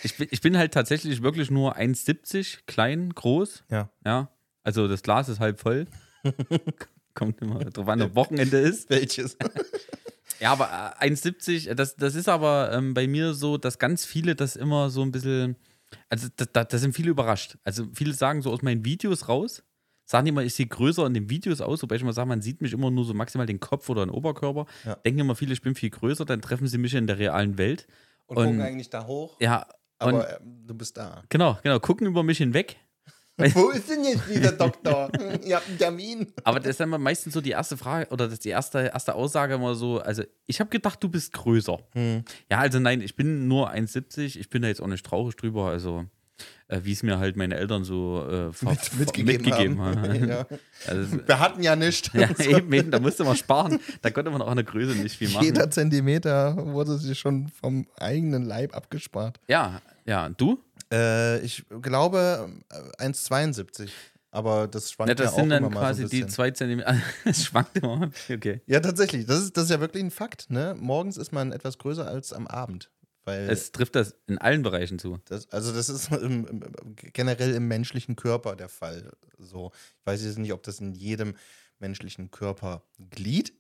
Speaker 2: ich bin, ich bin halt tatsächlich wirklich nur 1,70, klein, groß,
Speaker 1: Ja.
Speaker 2: ja. Also das Glas ist halb voll. Kommt immer drauf an, ob Wochenende ist.
Speaker 1: Welches?
Speaker 2: Ja, aber äh, 1,70, das, das ist aber ähm, bei mir so, dass ganz viele das immer so ein bisschen. Also, da, da, da sind viele überrascht. Also, viele sagen so aus meinen Videos raus, sagen immer, ich sehe größer in den Videos aus, wobei ich immer sage, man sieht mich immer nur so maximal den Kopf oder den Oberkörper.
Speaker 1: Ja.
Speaker 2: Denken immer viele, ich bin viel größer, dann treffen sie mich in der realen Welt.
Speaker 1: Und,
Speaker 2: Und-
Speaker 1: gucken eigentlich da hoch,
Speaker 2: Ja, und
Speaker 1: aber ähm, du bist da.
Speaker 2: genau, genau, gucken über mich hinweg.
Speaker 1: Wo ist denn jetzt dieser Doktor? Hm, Ihr habt einen Termin.
Speaker 2: Aber das ist dann immer meistens so die erste Frage oder das ist die erste, erste Aussage immer so, also ich habe gedacht, du bist größer.
Speaker 1: Hm.
Speaker 2: Ja, also nein, ich bin nur 1,70, ich bin da jetzt auch nicht traurig drüber, also äh, wie es mir halt meine Eltern so äh, ver- ver- mitgegeben haben.
Speaker 1: Ja.
Speaker 2: Also,
Speaker 1: Wir hatten ja nichts.
Speaker 2: ja, eben, eben, da musste man sparen, da konnte man auch an der Größe nicht viel machen.
Speaker 1: Jeder Zentimeter wurde sich schon vom eigenen Leib abgespart.
Speaker 2: Ja, ja, und du?
Speaker 1: Äh, ich glaube äh, 1,72. Aber das schwankt
Speaker 2: Ja, das
Speaker 1: ja auch
Speaker 2: sind dann
Speaker 1: immer mal so
Speaker 2: quasi
Speaker 1: ein
Speaker 2: die
Speaker 1: bisschen.
Speaker 2: zwei Zentimeter, es schwankt immer, okay.
Speaker 1: ja, tatsächlich. Das ist, das ist ja wirklich ein Fakt. Ne? Morgens ist man etwas größer als am Abend. Weil
Speaker 2: Es trifft das in allen Bereichen zu.
Speaker 1: Das, also das ist im, im, generell im menschlichen Körper der Fall. So, ich weiß jetzt nicht, ob das in jedem menschlichen Körperglied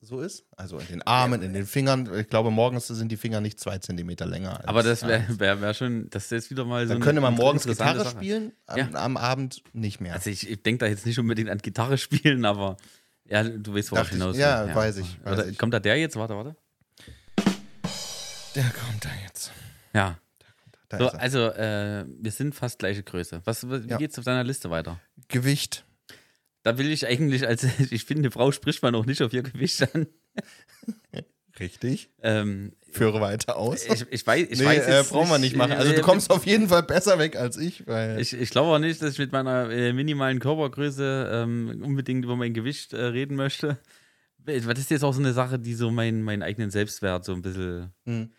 Speaker 1: so ist. Also in den Armen, in den Fingern. Ich glaube, morgens sind die Finger nicht zwei Zentimeter länger. als-
Speaker 2: Aber das wäre wär, wär schon, das ist jetzt wieder mal so
Speaker 1: Dann
Speaker 2: eine
Speaker 1: könnte man morgens
Speaker 2: interessante
Speaker 1: Gitarre
Speaker 2: Sache.
Speaker 1: spielen, am,
Speaker 2: Ja.
Speaker 1: am Abend nicht mehr.
Speaker 2: Also ich, ich denke da jetzt nicht unbedingt an Gitarre spielen, aber ja, du weißt, worauf
Speaker 1: Dachte ich-
Speaker 2: hinaus
Speaker 1: ja, weiß ich, weiß
Speaker 2: Oder,
Speaker 1: ich.
Speaker 2: Kommt da der jetzt? Warte, warte.
Speaker 1: Der kommt da jetzt.
Speaker 2: Ja.
Speaker 1: Da
Speaker 2: So,
Speaker 1: ist er.
Speaker 2: also, äh, wir sind fast gleiche Größe. Was, wie
Speaker 1: Ja.
Speaker 2: geht's auf deiner Liste weiter?
Speaker 1: Gewicht.
Speaker 2: Da will ich eigentlich, als ich finde, eine Frau spricht man auch nicht auf ihr Gewicht an.
Speaker 1: Richtig.
Speaker 2: Ähm,
Speaker 1: Führe weiter aus.
Speaker 2: ich, ich weiß, ich
Speaker 1: nee,
Speaker 2: weiß
Speaker 1: äh,
Speaker 2: jetzt
Speaker 1: brauchen wir nicht machen. Also
Speaker 2: äh,
Speaker 1: du kommst auf jeden Fall besser weg als ich, weil
Speaker 2: Ich, ich glaube auch nicht, dass ich mit meiner äh, minimalen Körpergröße ähm, unbedingt über mein Gewicht äh, reden möchte. Weil Das ist jetzt auch so eine Sache, die so meinen, meinen eigenen Selbstwert so ein bisschen
Speaker 1: Hm.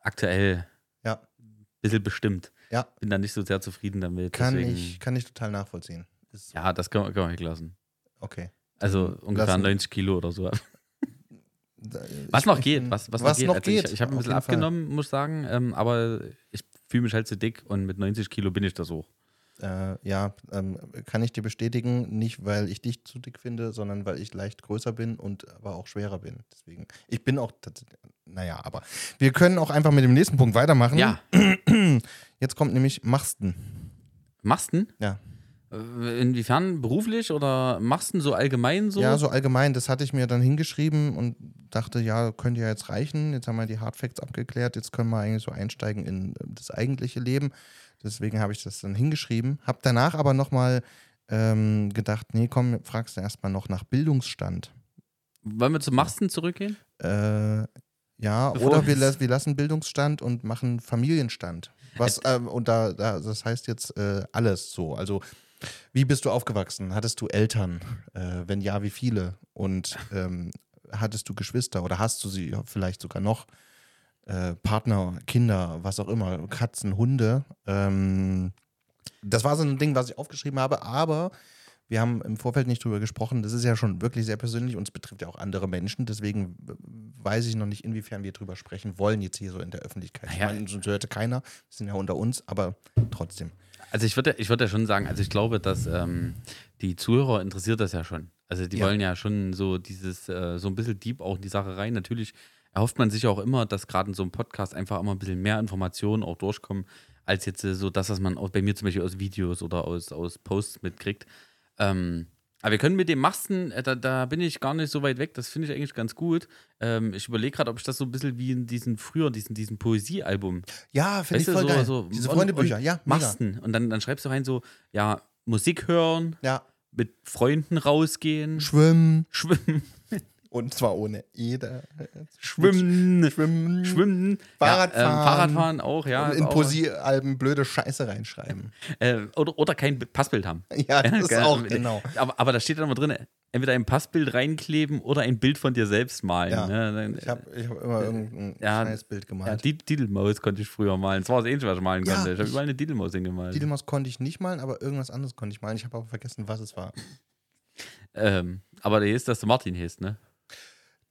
Speaker 2: aktuell,
Speaker 1: Ja.
Speaker 2: ein bisschen bestimmt.
Speaker 1: Ja.
Speaker 2: Bin da nicht so sehr zufrieden damit.
Speaker 1: kann
Speaker 2: deswegen,
Speaker 1: ich, kann ich total nachvollziehen. Ist
Speaker 2: Ja, das können wir, können wir weglassen.
Speaker 1: okay.
Speaker 2: Also ungefähr
Speaker 1: Hm, lassen-
Speaker 2: 90 Kilo oder so.
Speaker 1: Da- äh,
Speaker 2: Was
Speaker 1: ich-
Speaker 2: noch geht, was, was, noch geht. Also Ich, ich habe ein
Speaker 1: auf
Speaker 2: bisschen
Speaker 1: jeden Fall.
Speaker 2: abgenommen, muss ich sagen, ähm, aber ich fühle mich halt zu dick und mit 90 Kilo bin ich das hoch.
Speaker 1: Äh, ja, ähm, kann ich dir bestätigen, nicht weil ich dich zu dick finde, sondern weil ich leicht größer bin und aber auch schwerer bin. Deswegen, ich bin auch, tats- naja, aber wir können auch einfach mit dem nächsten Punkt weitermachen.
Speaker 2: Ja,
Speaker 1: Jetzt kommt nämlich Machsten.
Speaker 2: machst du?
Speaker 1: Ja.
Speaker 2: Äh, Inwiefern beruflich oder machst du so allgemein so?
Speaker 1: Ja, so allgemein, das hatte ich mir dann hingeschrieben und dachte, ja, könnte ja jetzt reichen. Jetzt haben wir die Hard Facts abgeklärt, jetzt können wir eigentlich so einsteigen in äh, das eigentliche Leben. Deswegen habe ich das dann hingeschrieben, habe danach aber nochmal ähm, gedacht, nee, komm, fragst du erstmal noch nach Bildungsstand.
Speaker 2: Wollen wir zu Masten zurückgehen?
Speaker 1: Äh, ja,
Speaker 2: Bevor
Speaker 1: oder wir,
Speaker 2: es-
Speaker 1: las- wir lassen Bildungsstand und machen Familienstand. Was, ähm, und da, da, das heißt jetzt äh, alles so. Also, wie bist du aufgewachsen? Hattest du Eltern? Äh, wenn ja, wie viele? Und ähm, hattest du Geschwister oder hast du sie vielleicht sogar noch? Äh, Partner, Kinder, was auch immer, Katzen, Hunde. Ähm, das war so ein Ding, was ich aufgeschrieben habe, aber wir haben im Vorfeld nicht drüber gesprochen. Das ist ja schon wirklich sehr persönlich und es betrifft ja auch andere Menschen. Deswegen äh, weiß ich noch nicht, inwiefern wir drüber sprechen wollen, jetzt hier so in der Öffentlichkeit. Ich
Speaker 2: Naja.
Speaker 1: meine, sonst hörte keiner. Wir sind ja unter uns, aber trotzdem.
Speaker 2: Also ich würde ich würde ja schon sagen, also ich glaube, dass ähm, die Zuhörer interessiert das ja schon. Also die
Speaker 1: Ja.
Speaker 2: wollen ja schon so dieses, äh, so ein bisschen deep auch in die Sache rein. Natürlich erhofft man sich auch immer, dass gerade in so einem Podcast einfach immer ein bisschen mehr Informationen auch durchkommen, als jetzt äh, so das, was man auch bei mir zum Beispiel aus Videos oder aus, aus Posts mitkriegt. Ähm, aber wir können mit dem Masten, äh, da, da bin ich gar nicht so weit weg, das finde ich eigentlich ganz gut. Ähm, ich überlege gerade, ob ich das so ein bisschen wie in diesen früher, diesen, diesen Poesiealbum
Speaker 1: Ja, finde ich
Speaker 2: Weißt du,
Speaker 1: voll
Speaker 2: so-
Speaker 1: geil.
Speaker 2: so-
Speaker 1: Diese
Speaker 2: und-
Speaker 1: Freundebücher,
Speaker 2: und
Speaker 1: ja, mega.
Speaker 2: machst du. Und dann, dann schreibst du rein so, ja, Musik hören,
Speaker 1: Ja,
Speaker 2: mit Freunden rausgehen,
Speaker 1: schwimmen.
Speaker 2: schwimmen,
Speaker 1: Und zwar ohne jeder.
Speaker 2: schwimmen,
Speaker 1: Schwimmen.
Speaker 2: schwimmen, ja, ähm,
Speaker 1: Fahrradfahren.
Speaker 2: Fahrradfahren auch, ja.
Speaker 1: Und
Speaker 2: ist
Speaker 1: in
Speaker 2: auch,
Speaker 1: Poesiealben blöde Scheiße reinschreiben.
Speaker 2: äh, oder, oder kein Passbild haben.
Speaker 1: Ja, das ist
Speaker 2: Geil.
Speaker 1: auch, genau.
Speaker 2: äh, Aber, aber da steht dann immer drin, entweder ein Passbild reinkleben oder ein Bild von dir selbst malen.
Speaker 1: Ja.
Speaker 2: Ne? Dann,
Speaker 1: Ich habe ich hab immer irgendein
Speaker 2: äh, ja,
Speaker 1: scheiß Bild gemalt.
Speaker 2: ja, die Didelmaus konnte ich früher malen. Das war das Ähnliche, was ich malen
Speaker 1: Ja,
Speaker 2: konnte. Ich habe
Speaker 1: ich-
Speaker 2: überall eine Didelmaus hingemalt.
Speaker 1: Didymus konnte ich nicht malen, aber irgendwas anderes konnte ich malen. Ich habe aber vergessen, was es war.
Speaker 2: ähm, aber der ist, dass du Martin hieß, ne?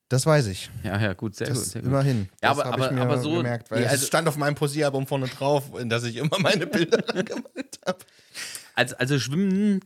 Speaker 1: Das weiß ich.
Speaker 2: Ja, ja, gut, sehr
Speaker 1: Das
Speaker 2: gut. Sehr gut.
Speaker 1: immerhin.
Speaker 2: Ja,
Speaker 1: das
Speaker 2: aber-
Speaker 1: habe ich
Speaker 2: aber-
Speaker 1: mir
Speaker 2: aber so-
Speaker 1: gemerkt, weil
Speaker 2: nee, also-
Speaker 1: es stand auf meinem Posieralbum vorne drauf, in das ich immer meine Bilder gemalt habe.
Speaker 2: Also, also schwimmen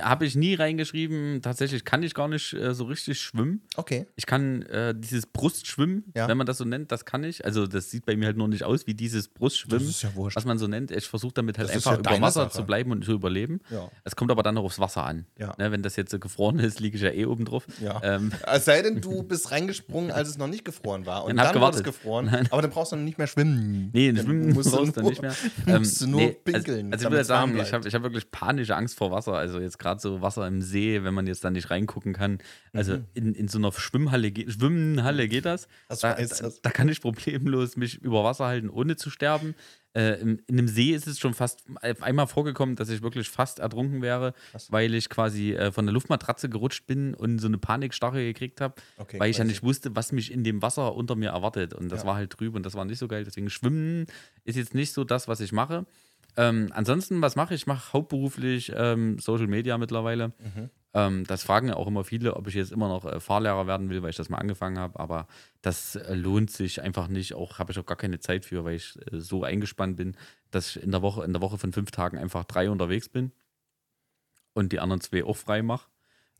Speaker 2: habe ich nie reingeschrieben. Tatsächlich kann ich gar nicht äh, so richtig schwimmen.
Speaker 1: Okay.
Speaker 2: Ich kann äh, dieses Brustschwimmen,
Speaker 1: Ja.
Speaker 2: wenn man das so nennt, das kann ich. Also das sieht bei mir halt nur nicht aus wie dieses Brustschwimmen,
Speaker 1: Das ist ja wurscht.
Speaker 2: was man so nennt. Ich versuche damit halt
Speaker 1: Das ist
Speaker 2: einfach
Speaker 1: ja
Speaker 2: über
Speaker 1: deine
Speaker 2: Wasser
Speaker 1: Sache.
Speaker 2: zu bleiben und zu überleben.
Speaker 1: Ja.
Speaker 2: Es kommt aber dann noch aufs Wasser an.
Speaker 1: Ja.
Speaker 2: Ne, wenn das jetzt so gefroren ist, liege ich ja eh oben drauf.
Speaker 1: Ja.
Speaker 2: Ähm,
Speaker 1: Es sei denn, du bist reingesprungen, als es noch nicht gefroren war. Und
Speaker 2: Dann
Speaker 1: dann,
Speaker 2: hab
Speaker 1: wurde es
Speaker 2: gewartet.
Speaker 1: gefroren.
Speaker 2: Nein.
Speaker 1: Aber dann brauchst du nicht mehr schwimmen.
Speaker 2: Nee,
Speaker 1: Hm. Dann
Speaker 2: schwimmen
Speaker 1: musst du
Speaker 2: brauchst du
Speaker 1: nur-
Speaker 2: nicht mehr. Ähm,
Speaker 1: musst du nur pinkeln,
Speaker 2: Also, also ich
Speaker 1: damit
Speaker 2: würde
Speaker 1: es warm
Speaker 2: sagen, ich habe
Speaker 1: bleibt.
Speaker 2: ich hab wirklich panische Angst vor Wasser. Also jetzt gerade so Wasser im See, wenn man jetzt da nicht reingucken kann. Also
Speaker 1: Mhm.
Speaker 2: in, in so einer Schwimmhalle, geht- Schwimmhalle geht das.
Speaker 1: Das
Speaker 2: da,
Speaker 1: weiß
Speaker 2: da,
Speaker 1: das.
Speaker 2: da kann ich problemlos mich über Wasser halten, ohne zu sterben. Äh, in, in einem See ist es schon fast äh, einmal vorgekommen, dass ich wirklich fast ertrunken wäre,
Speaker 1: Krass.
Speaker 2: weil ich quasi äh, von der Luftmatratze gerutscht bin und so eine Panikstarre gekriegt habe,
Speaker 1: Okay,
Speaker 2: weil ich ja
Speaker 1: crazy.
Speaker 2: nicht wusste, was mich in dem Wasser unter mir erwartet. Und das
Speaker 1: Ja.
Speaker 2: war halt trüb und das war nicht so geil. Deswegen Schwimmen ist jetzt nicht so das, was ich mache. Ähm, ansonsten, was mache ich? Ich mache hauptberuflich ähm, Social Media mittlerweile.
Speaker 1: Mhm.
Speaker 2: Ähm, das fragen ja auch immer viele, ob ich jetzt immer noch äh, Fahrlehrer werden will, weil ich das mal angefangen habe. Aber das äh, lohnt sich einfach nicht. Auch habe ich auch gar keine Zeit für, weil ich äh, so eingespannt bin, dass ich in der Woche, in der Woche von fünf Tagen einfach drei unterwegs bin und die anderen zwei auch frei mache.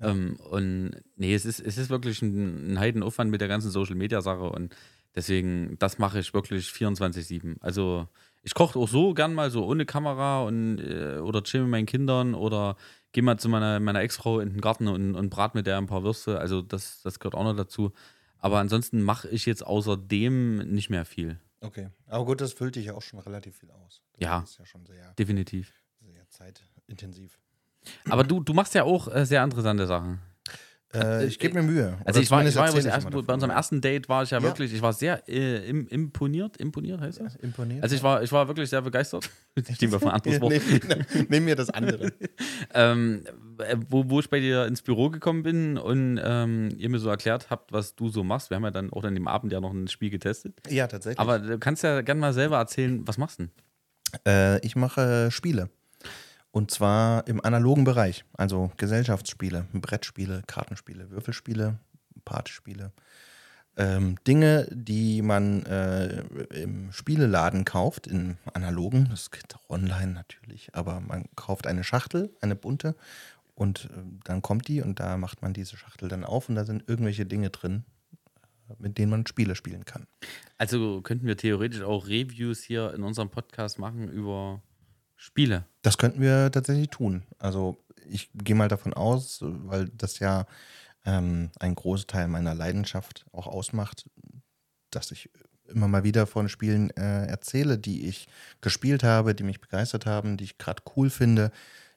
Speaker 2: Ähm, und nee, es ist, es ist wirklich ein, ein Heidenaufwand mit der ganzen Social Media Sache und deswegen, das mache ich wirklich 24-7. Also ich koche auch so gern mal so ohne Kamera und äh, oder chill mit meinen Kindern oder gehe mal zu meiner, meiner Ex-Frau in den Garten und, und brat mit der ein paar Würste. Also das, das gehört auch noch dazu. Aber ansonsten mache ich jetzt außerdem nicht mehr viel.
Speaker 1: Okay. Aber gut, das füllt dich ja auch schon relativ viel aus. Das
Speaker 2: Ja.
Speaker 1: ist ja schon sehr,
Speaker 2: Definitiv.
Speaker 1: sehr zeitintensiv.
Speaker 2: Aber du, du machst ja auch äh, sehr interessante Sachen.
Speaker 1: Äh, ich gebe mir Mühe.
Speaker 2: Also
Speaker 1: Oder
Speaker 2: ich war, ich
Speaker 1: zumindest
Speaker 2: war ja
Speaker 1: erzähl
Speaker 2: das erste,
Speaker 1: mal
Speaker 2: bei
Speaker 1: davon.
Speaker 2: unserem ersten Date war ich ja,
Speaker 1: Ja.
Speaker 2: wirklich, ich war sehr äh, im, imponiert, imponiert heißt das?
Speaker 1: Imponiert.
Speaker 2: Also ich war, ich war wirklich sehr begeistert. Ich nehme auf ein anderes Wort.
Speaker 1: Nehmen nehm mir das andere.
Speaker 2: ähm, äh, wo, wo ich bei dir ins Büro gekommen bin und ähm, ihr mir so erklärt habt, was du so machst. Wir haben ja dann auch an dem Abend ja noch ein Spiel getestet.
Speaker 1: Ja, tatsächlich.
Speaker 2: Aber du kannst ja gerne mal selber erzählen, was machst du denn?
Speaker 1: Äh, ich mache Spiele. Und zwar im analogen Bereich. Also Gesellschaftsspiele, Brettspiele, Kartenspiele, Würfelspiele, Partyspiele. Ähm, Dinge, die man äh, im Spieleladen kauft, im analogen. Das geht auch online natürlich. Aber man kauft eine Schachtel, eine bunte. Und äh, dann kommt die und da macht man diese Schachtel dann auf und da sind irgendwelche Dinge drin, mit denen man Spiele spielen kann.
Speaker 2: Also könnten wir theoretisch auch Reviews hier in unserem Podcast machen über Spiele.
Speaker 1: Das könnten wir tatsächlich tun. Also ich gehe mal davon aus, weil das ja ähm, ein großer Teil meiner Leidenschaft auch ausmacht, dass ich immer mal wieder von Spielen äh, erzähle, die ich gespielt habe, die mich begeistert haben, die ich gerade cool finde,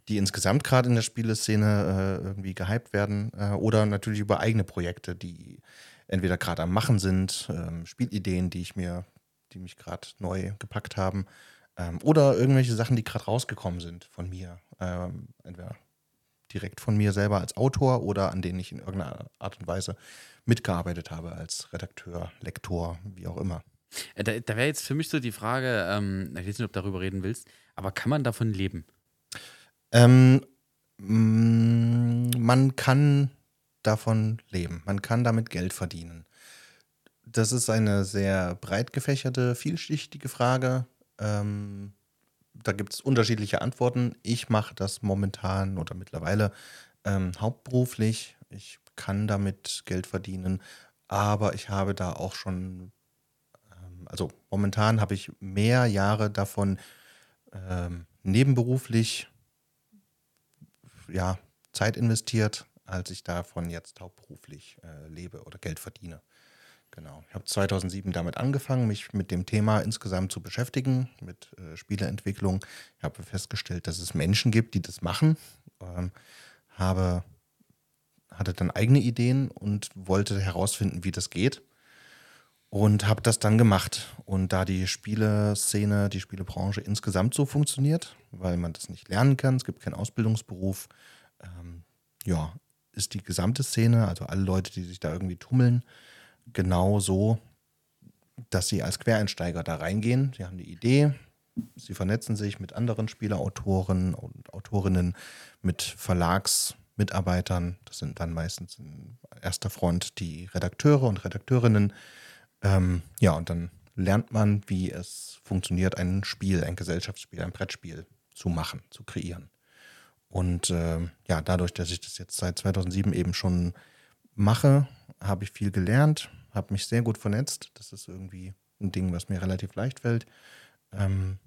Speaker 1: die insgesamt gerade in der Spieleszene äh, irgendwie gehypt werden äh, oder natürlich über eigene Projekte, die entweder gerade am Machen sind, ähm, Spielideen, die ich mir, die mich gerade neu gepackt haben ähm, oder irgendwelche Sachen, die gerade rausgekommen sind von mir, ähm, entweder direkt von mir selber als Autor oder an denen ich in irgendeiner Art und Weise mitgearbeitet habe als Redakteur, Lektor, wie auch immer.
Speaker 2: Äh, Da, da wäre jetzt für mich so die Frage, ähm, ich weiß nicht, ob du darüber reden willst, aber kann man davon leben?
Speaker 1: Ähm, mm, man kann davon leben, man kann damit Geld verdienen. Das ist eine sehr breit gefächerte, vielschichtige Frage. Ähm, da gibt es unterschiedliche Antworten. Ich mache das momentan oder mittlerweile ähm, hauptberuflich. Ich kann damit Geld verdienen, aber ich habe da auch schon, ähm, also momentan habe ich mehr Jahre davon ähm, nebenberuflich ja, Zeit investiert, als ich davon jetzt hauptberuflich äh, lebe oder Geld verdiene. Genau. Ich habe 2007 damit angefangen, mich mit dem Thema insgesamt zu beschäftigen, mit äh, Spieleentwicklung. Ich habe festgestellt, dass es Menschen gibt, die das machen. Ähm, habe, hatte dann eigene Ideen und wollte herausfinden, wie das geht. Und habe das dann gemacht. Und da die Spieleszene, die Spielebranche insgesamt so funktioniert, weil man das nicht lernen kann, es gibt keinen Ausbildungsberuf, ähm, ja, ist die gesamte Szene, also alle Leute, die sich da irgendwie tummeln, genau so, dass sie als Quereinsteiger da reingehen. Sie haben die Idee, sie vernetzen sich mit anderen Spielerautoren und Autorinnen, mit Verlagsmitarbeitern. Das sind dann meistens in erster Front die Redakteure und Redakteurinnen. Ähm, ja, und dann lernt man, wie es funktioniert, ein Spiel, ein Gesellschaftsspiel, ein Brettspiel zu machen, zu kreieren. Und ähm, ja, dadurch, dass ich das jetzt seit 2007 eben schon mache, habe ich viel gelernt, habe mich sehr gut vernetzt. Das ist irgendwie ein Ding, was mir relativ leicht fällt. Ähm,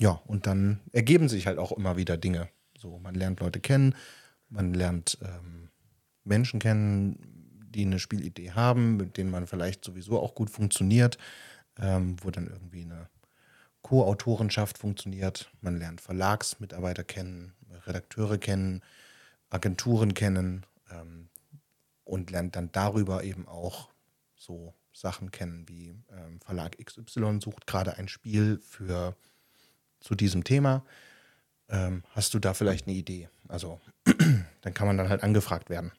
Speaker 1: ja, und dann ergeben sich halt auch immer wieder Dinge. So, man lernt Leute kennen, man lernt ähm, Menschen kennen, die eine Spielidee haben, mit denen man vielleicht sowieso auch gut funktioniert, ähm, wo dann irgendwie eine Co-Autorenschaft funktioniert. Man lernt Verlagsmitarbeiter kennen, Redakteure kennen, Agenturen kennen ähm, und lernt dann darüber eben auch so Sachen kennen wie ähm, Verlag XY sucht gerade ein Spiel für zu diesem Thema. Ähm, hast du da vielleicht eine Idee? Also dann kann man dann halt angefragt werden.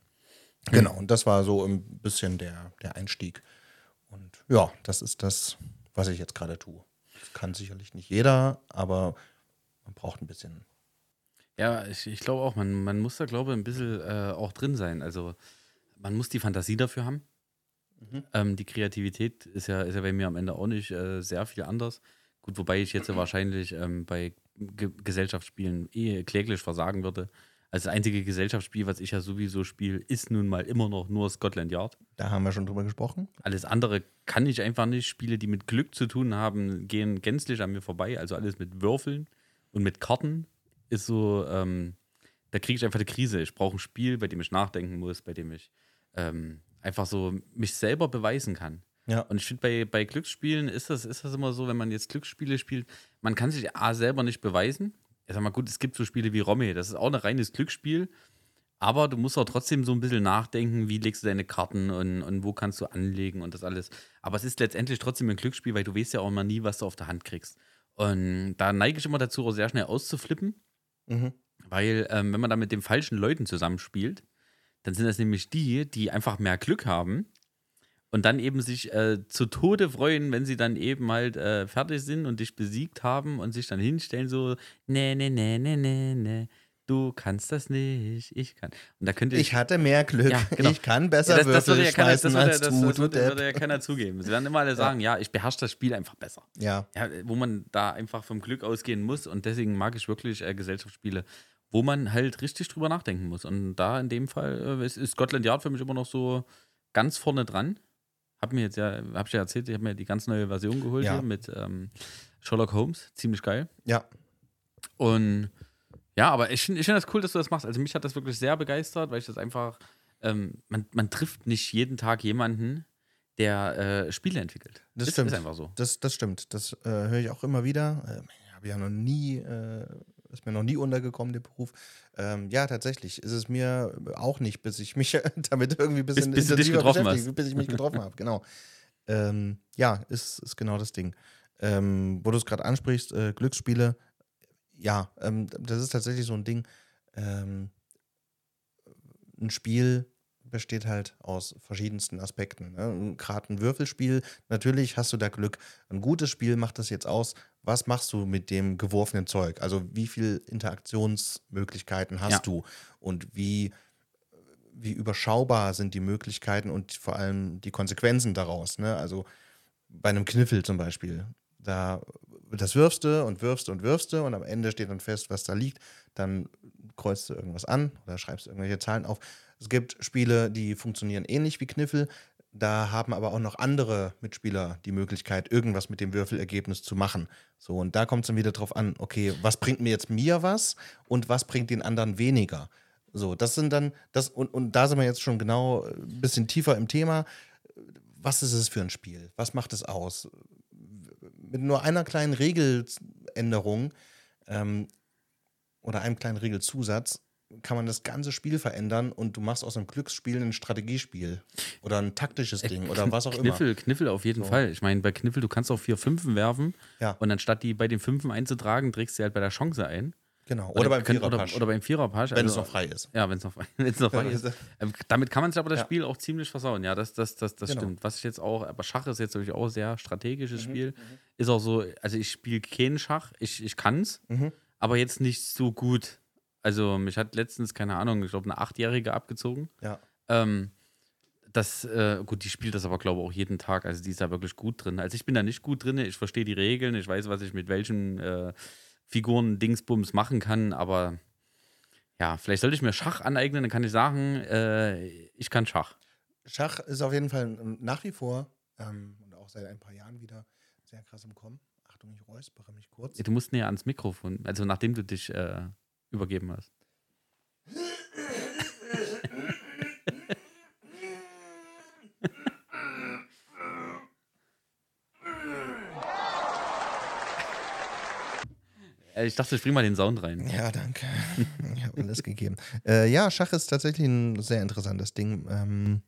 Speaker 1: Genau, und das war so ein bisschen der, der Einstieg. Und ja, das ist das, was ich jetzt gerade tue. Das kann sicherlich nicht jeder, aber man braucht ein bisschen.
Speaker 2: Ja, ich, ich glaube auch, man, man muss da, glaube ich, ein bisschen äh, auch drin sein. Also man muss die Fantasie dafür haben. Ähm, die Kreativität ist ja, ist ja bei mir am Ende auch nicht äh, sehr viel anders. Gut, wobei ich jetzt wahrscheinlich ähm, bei Ge Gesellschaftsspielen eh kläglich versagen würde. Also das einzige Gesellschaftsspiel, was ich ja sowieso spiele, ist nun mal immer noch nur Scotland Yard.
Speaker 1: Da haben wir schon drüber gesprochen.
Speaker 2: Alles andere kann ich einfach nicht. Spiele, die mit Glück zu tun haben, gehen gänzlich an mir vorbei. Also alles mit Würfeln und mit Karten ist so, ähm, da kriege ich einfach eine Krise. Ich brauche ein Spiel, bei dem ich nachdenken muss, bei dem ich ähm, einfach so mich selber beweisen kann.
Speaker 1: Ja.
Speaker 2: Und ich finde, bei, bei Glücksspielen ist das, ist das immer so, wenn man jetzt Glücksspiele spielt, man kann sich A selber nicht beweisen. Ich sag mal, gut, es gibt so Spiele wie Romme, das ist auch ein reines Glücksspiel. Aber du musst auch trotzdem so ein bisschen nachdenken, wie legst du deine Karten und, und wo kannst du anlegen und das alles. Aber es ist letztendlich trotzdem ein Glücksspiel, weil du weißt ja auch immer nie, was du auf der Hand kriegst. Und da neige ich immer dazu, auch sehr schnell auszuflippen,
Speaker 1: Mhm.
Speaker 2: weil ähm, wenn man da mit den falschen Leuten zusammenspielt, dann sind das nämlich die, die einfach mehr Glück haben und dann eben sich äh, zu Tode freuen, wenn sie dann eben halt äh, fertig sind und dich besiegt haben und sich dann hinstellen so, nee, nee, nee, nee, nee, nee, du kannst das nicht, ich kann. Und da könnte ich
Speaker 1: Ich hatte mehr Glück.
Speaker 2: Ja, genau.
Speaker 1: Ich kann besser
Speaker 2: ja, das, das
Speaker 1: Würfel
Speaker 2: würde ja keiner, das
Speaker 1: schmeißen
Speaker 2: würde, ja-
Speaker 1: als
Speaker 2: das, das
Speaker 1: du, du
Speaker 2: würde,
Speaker 1: Depp.
Speaker 2: würde ja keiner zugeben. Sie werden immer alle sagen, ja, ich beherrsche das Spiel einfach besser.
Speaker 1: Ja,
Speaker 2: Ja, wo man da einfach vom Glück ausgehen muss und deswegen mag ich wirklich äh, Gesellschaftsspiele, wo man halt richtig drüber nachdenken muss. Und da in dem Fall äh, ist, ist Scotland Yard für mich immer noch so ganz vorne dran. Hab mir jetzt ja, hab ich ja erzählt, ich habe mir die ganz neue Version geholt
Speaker 1: Ja.
Speaker 2: hier mit ähm, Sherlock Holmes. Ziemlich geil.
Speaker 1: ja.
Speaker 2: Und ja, aber ich, find- ich finde das cool, dass du das machst. Also mich hat das wirklich sehr begeistert, weil ich das einfach, ähm, man, man trifft nicht jeden Tag jemanden, der äh, Spiele entwickelt.
Speaker 1: Das
Speaker 2: ist,
Speaker 1: stimmt.
Speaker 2: ist einfach so.
Speaker 1: Das, das stimmt. Das äh, höre ich auch immer wieder. Ähm, Habe ja noch nie, äh, ist mir noch nie untergekommen, der Beruf. Ähm, ja, tatsächlich ist es mir auch nicht, bis ich mich damit irgendwie ein bisschen
Speaker 2: bis du dich
Speaker 1: intensiver
Speaker 2: getroffen
Speaker 1: beschäftige, bis ich mich getroffen habe, genau. Ähm, ja, ist, ist genau das Ding. Ähm, wo du es gerade ansprichst, äh, Glücksspiele, ja, ähm, das ist tatsächlich so ein Ding. Ähm, ein Spiel besteht halt aus verschiedensten Aspekten. Ne? Gerade ein Würfelspiel, natürlich hast du da Glück. Ein gutes Spiel macht das jetzt aus. Was machst du mit dem geworfenen Zeug? Also wie viele Interaktionsmöglichkeiten hast
Speaker 2: Ja.
Speaker 1: du und wie, wie überschaubar sind die Möglichkeiten und vor allem die Konsequenzen daraus? Ne? Also bei einem Kniffel zum Beispiel. Da das wirfst du und wirfst und wirfst du und am Ende steht dann fest, was da liegt. Dann kreuzt du irgendwas an oder schreibst irgendwelche Zahlen auf. Es gibt Spiele, die funktionieren ähnlich wie Kniffel. Da haben aber auch noch andere Mitspieler die Möglichkeit, irgendwas mit dem Würfelergebnis zu machen. So, und da kommt es dann wieder drauf an, okay, was bringt mir jetzt mir was und was bringt den anderen weniger? So, das sind dann, das, und, und da sind wir jetzt schon genau äh, ein bisschen tiefer im Thema. Was ist es für ein Spiel? Was macht es aus? mit nur einer kleinen Regeländerung ähm, oder einem kleinen Regelzusatz kann man das ganze Spiel verändern und du machst aus einem Glücksspiel ein Strategiespiel oder ein taktisches Ding Äh, oder was auch immer.
Speaker 2: Äh, Kniffel, Kniffel auf jeden Fall. Ich meine, bei Kniffel, du kannst auch vier Fünfen werfen
Speaker 1: Ja.
Speaker 2: und anstatt die bei den Fünfen einzutragen, trägst du halt bei der Chance ein.
Speaker 1: Genau. Oder beim
Speaker 2: könnt-
Speaker 1: Viererpasch,
Speaker 2: Oder, oder beim Viererpasch.
Speaker 1: wenn es
Speaker 2: also-
Speaker 1: noch frei ist.
Speaker 2: Ja, wenn es noch, frei- wenn's noch frei ist. Ähm, Damit kann man sich aber das
Speaker 1: Ja.
Speaker 2: Spiel auch ziemlich versauen. Ja, das, das, das, das
Speaker 1: Genau. Mhm,
Speaker 2: stimmt. Was ich jetzt auch, aber Schach ist jetzt natürlich auch ein sehr strategisches Spiel. Ist auch so, also ich spiele keinen Schach, ich, ich kann's,
Speaker 1: Mhm.
Speaker 2: aber jetzt nicht so gut. Also mich hat letztens, keine Ahnung, ich glaube, eine Achtjährige abgezogen.
Speaker 1: Ja.
Speaker 2: Ähm, das, äh, gut, die spielt das aber, glaube ich, auch jeden Tag. Also die ist da wirklich gut drin. Also ich bin da nicht gut drin, ich verstehe die Regeln, ich weiß, was ich mit welchen äh, Figuren Dingsbums machen kann, aber ja, vielleicht sollte ich mir Schach aneignen, dann kann ich sagen, äh, ich kann Schach.
Speaker 1: Schach ist auf jeden Fall ähm, nach wie vor ähm, und auch seit ein paar Jahren wieder sehr krass im Kommen. Achtung, ich räuspere mich kurz.
Speaker 2: Du musst näher ans Mikrofon, also nachdem du dich äh, übergeben hast. Äh, Ich dachte, ich bring mal den Sound rein.
Speaker 1: Ja, danke. Ich habe alles gegeben. Äh, ja, Schach ist tatsächlich ein sehr interessantes Ding. Ähm,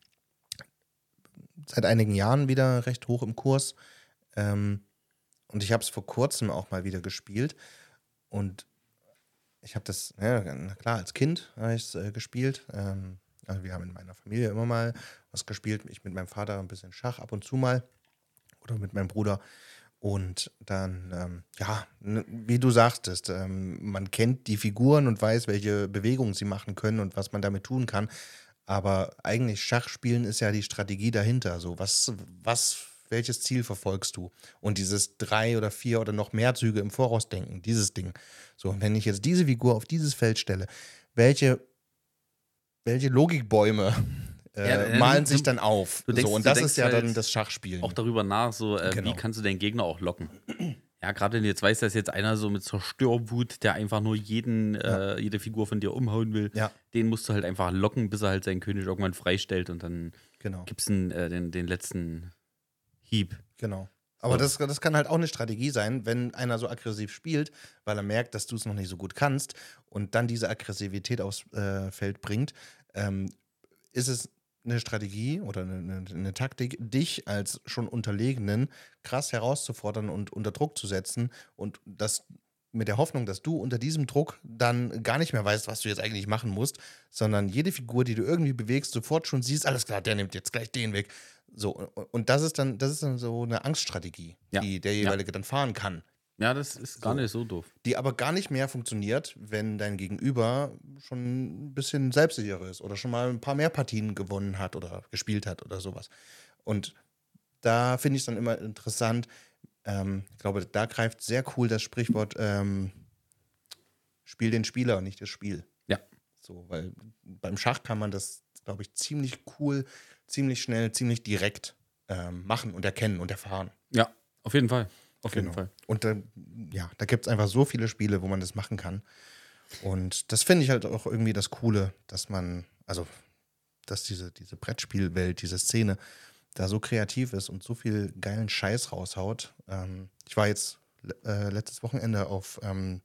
Speaker 1: seit einigen Jahren wieder recht hoch im Kurs. Ähm, und ich habe es vor kurzem auch mal wieder gespielt. Und ich habe das, ja, na klar, als Kind habe ich es äh, gespielt. Ähm, also wir haben in meiner Familie immer mal was gespielt. Ich mit meinem Vater ein bisschen Schach ab und zu mal. Oder mit meinem Bruder. Und dann, ähm, ja, n- wie du sagtest, ähm, man kennt die Figuren und weiß, welche Bewegungen sie machen können und was man damit tun kann. Aber eigentlich Schachspielen ist ja die Strategie dahinter. So, was, was, welches Ziel verfolgst du? Und dieses drei oder vier oder noch mehr Züge im Voraus denken, dieses Ding. So, und wenn ich jetzt diese Figur auf dieses Feld stelle, welche, welche Logikbäume äh,
Speaker 2: Ja, äh,
Speaker 1: malen
Speaker 2: du-
Speaker 1: sich dann auf?
Speaker 2: du denkst-
Speaker 1: so, und
Speaker 2: du
Speaker 1: das
Speaker 2: denkst
Speaker 1: ist ja
Speaker 2: halt
Speaker 1: dann das Schachspielen.
Speaker 2: auch darüber nach, so äh,
Speaker 1: Genau.
Speaker 2: wie kannst du deinen Gegner auch locken. Ja, gerade wenn du jetzt weißt, dass jetzt einer so mit Zerstörwut, der einfach nur jeden, äh, jede Figur von dir umhauen will,
Speaker 1: Ja.
Speaker 2: den musst du halt einfach locken, bis er halt seinen König irgendwann freistellt und dann
Speaker 1: genau.
Speaker 2: gibt's einen, äh, den, den letzten Hieb.
Speaker 1: Genau. Aber
Speaker 2: So.
Speaker 1: das, das kann halt auch eine Strategie sein, wenn einer so aggressiv spielt, weil er merkt, dass du es noch nicht so gut kannst und dann diese Aggressivität aufs äh, Feld bringt, ähm, ist es eine Strategie oder eine, eine, eine Taktik, dich als schon Unterlegenen krass herauszufordern und unter Druck zu setzen und das mit der Hoffnung, dass du unter diesem Druck dann gar nicht mehr weißt, was du jetzt eigentlich machen musst, sondern jede Figur, die du irgendwie bewegst, sofort schon siehst, alles klar, der nimmt jetzt gleich den Weg. So, und und das ist dann, das ist dann so eine Angststrategie,
Speaker 2: Ja.
Speaker 1: die der jeweilige dann fahren kann,
Speaker 2: Ja, das ist gar
Speaker 1: So.
Speaker 2: nicht so doof.
Speaker 1: die aber gar nicht mehr funktioniert, wenn dein Gegenüber schon ein bisschen selbstsicherer ist oder schon mal ein paar mehr Partien gewonnen hat oder gespielt hat oder sowas. Und da finde ich es dann immer interessant. Ähm, ich glaube, da greift sehr cool das Sprichwort ähm, Spiel den Spieler, nicht das Spiel.
Speaker 2: Ja.
Speaker 1: So, weil beim Schach kann man das, glaube ich, ziemlich cool, ziemlich schnell, ziemlich direkt ähm, machen und erkennen und erfahren.
Speaker 2: Ja, auf jeden Fall. Auf
Speaker 1: Genau.
Speaker 2: jeden Fall.
Speaker 1: Und da, ja, da gibt es einfach so viele Spiele, wo man das machen kann. Und das finde ich halt auch irgendwie das Coole, dass man, also, dass diese, diese Brettspielwelt, diese Szene da so kreativ ist und so viel geilen Scheiß raushaut. Ähm, ich war jetzt le- äh, letztes Wochenende auf ähm,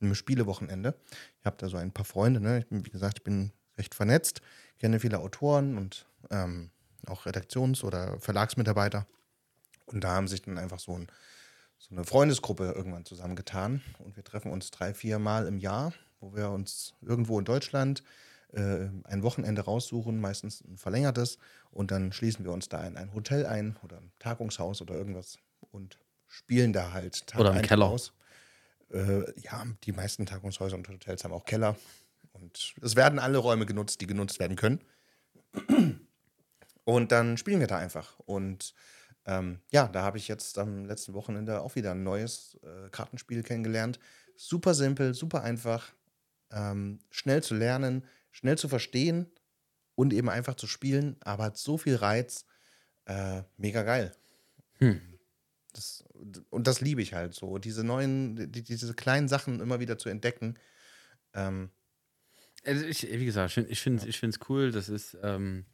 Speaker 1: einem Spielewochenende. Ich habe da so ein paar Freunde, ne? Ich bin, wie gesagt, ich bin recht vernetzt, kenne viele Autoren und ähm, auch Redaktions- oder Verlagsmitarbeiter. Und da haben sich dann einfach so ein so eine Freundesgruppe irgendwann zusammengetan und wir treffen uns drei, vier Mal im Jahr, wo wir uns irgendwo in Deutschland äh, ein Wochenende raussuchen, meistens ein verlängertes und dann schließen wir uns da in ein Hotel ein oder ein Tagungshaus oder irgendwas und spielen da halt Tag
Speaker 2: Oder im
Speaker 1: ein, Tag
Speaker 2: Keller.
Speaker 1: aus. Äh, ja, die meisten Tagungshäuser und Hotels haben auch Keller und es werden alle Räume genutzt, die genutzt werden können. Und dann spielen wir da einfach und ähm, ja, da habe ich jetzt am letzten Wochenende auch wieder ein neues äh, Kartenspiel kennengelernt. Super simpel, super einfach, ähm, schnell zu lernen, schnell zu verstehen und eben einfach zu spielen, aber hat so viel Reiz. Äh, mega geil.
Speaker 2: Hm.
Speaker 1: Das, und das liebe ich halt so, diese neuen, die, diese kleinen Sachen immer wieder zu entdecken. Ähm,
Speaker 2: Also ich, wie gesagt, ich finde es ich find's cool. Das ist, ähm,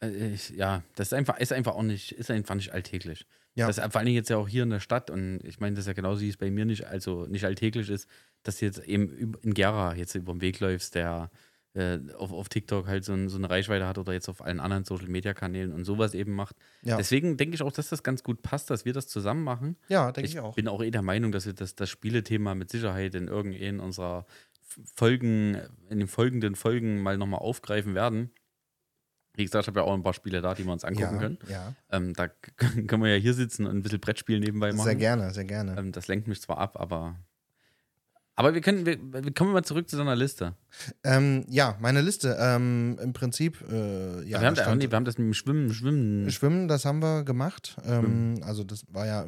Speaker 2: äh, ich, ja, das ist einfach, ist einfach auch nicht, ist einfach nicht alltäglich.
Speaker 1: Ja.
Speaker 2: Das ist vor allen Dingen jetzt ja auch hier in der Stadt und ich meine, das ist ja genauso wie es bei mir nicht, also nicht alltäglich ist, dass du jetzt eben üb- in Gera jetzt über den Weg läufst, der äh, auf, auf TikTok halt so, ein, so eine Reichweite hat oder jetzt auf allen anderen Social Media Kanälen und sowas eben macht.
Speaker 1: ja,
Speaker 2: Deswegen denke ich auch, dass das ganz gut passt, dass wir das zusammen machen.
Speaker 1: ja denke ich auch.
Speaker 2: bin auch eh der Meinung, dass wir das, das Spielethema mit Sicherheit in irgendeinem unserer F- Folgen, in den folgenden Folgen mal nochmal aufgreifen werden. Wie gesagt, ich habe ja auch ein paar Spiele da, die wir uns angucken
Speaker 1: ja,
Speaker 2: können.
Speaker 1: ja,
Speaker 2: Ähm, da k- können wir ja hier sitzen und ein bisschen Brettspiel nebenbei machen.
Speaker 1: sehr gerne, sehr gerne.
Speaker 2: Ähm, das lenkt mich zwar ab, aber. Aber wir können, wir, wir kommen mal zurück zu deiner Liste.
Speaker 1: Ähm, ja, meine Liste. Ähm, Im Prinzip, äh, ja.
Speaker 2: wir, haben
Speaker 1: da
Speaker 2: da,
Speaker 1: stand-
Speaker 2: nee, wir haben das mit dem Schwimmen, Schwimmen.
Speaker 1: Schwimmen, das haben wir gemacht. Ähm, also das war ja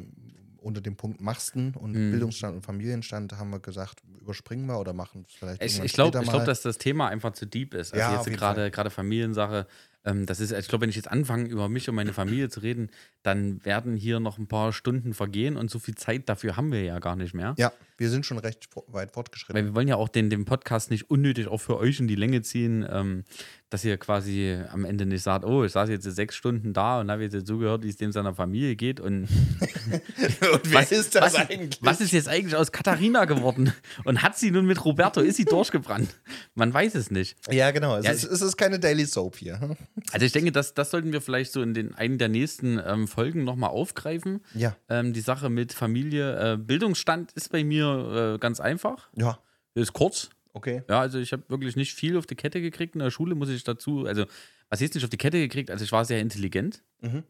Speaker 1: unter dem Punkt Machsten und
Speaker 2: Mhm.
Speaker 1: Bildungsstand und Familienstand haben wir gesagt, überspringen wir oder machen vielleicht
Speaker 2: Ich,
Speaker 1: irgendwann
Speaker 2: ich glaube,
Speaker 1: später
Speaker 2: ich glaub,
Speaker 1: mal.
Speaker 2: dass das Thema einfach zu deep ist. Also
Speaker 1: Ja, auf
Speaker 2: jetzt
Speaker 1: jeden
Speaker 2: gerade gerade Familiensache. Ähm, das ist, ich glaube, wenn ich jetzt anfange, über mich und meine Familie zu reden, dann werden hier noch ein paar Stunden vergehen und so viel Zeit dafür haben wir ja gar nicht mehr.
Speaker 1: Ja, wir sind schon recht vor- weit
Speaker 2: Weil
Speaker 1: fortgeschritten.
Speaker 2: wir wollen ja auch den, den Podcast nicht unnötig auch für euch in die Länge ziehen, ähm, dass ihr quasi am Ende nicht sagt, oh, ich saß jetzt sechs Stunden da und habe jetzt dazu gehört, wie es dem seiner Familie geht
Speaker 1: und
Speaker 2: und
Speaker 1: wer ist das
Speaker 2: was,
Speaker 1: eigentlich?
Speaker 2: Was ist jetzt eigentlich aus Katharina geworden? Und hat sie nun mit Roberto, ist sie durchgebrannt? Man weiß es nicht.
Speaker 1: Ja, genau. Es,
Speaker 2: Ja,
Speaker 1: ist, es ist keine Daily Soap hier.
Speaker 2: Also ich denke, das, das sollten wir vielleicht so in den einen der nächsten ähm, Folgen nochmal aufgreifen.
Speaker 1: Ja.
Speaker 2: Ähm, die Sache mit Familie, äh, Bildungsstand ist bei mir äh, ganz einfach.
Speaker 1: Ja,
Speaker 2: Ist kurz.
Speaker 1: okay.
Speaker 2: Ja, also ich habe wirklich nicht viel auf die Kette gekriegt in der Schule, muss ich dazu. Also, was jetzt nicht auf die Kette gekriegt, also ich war sehr intelligent.
Speaker 1: Mhm.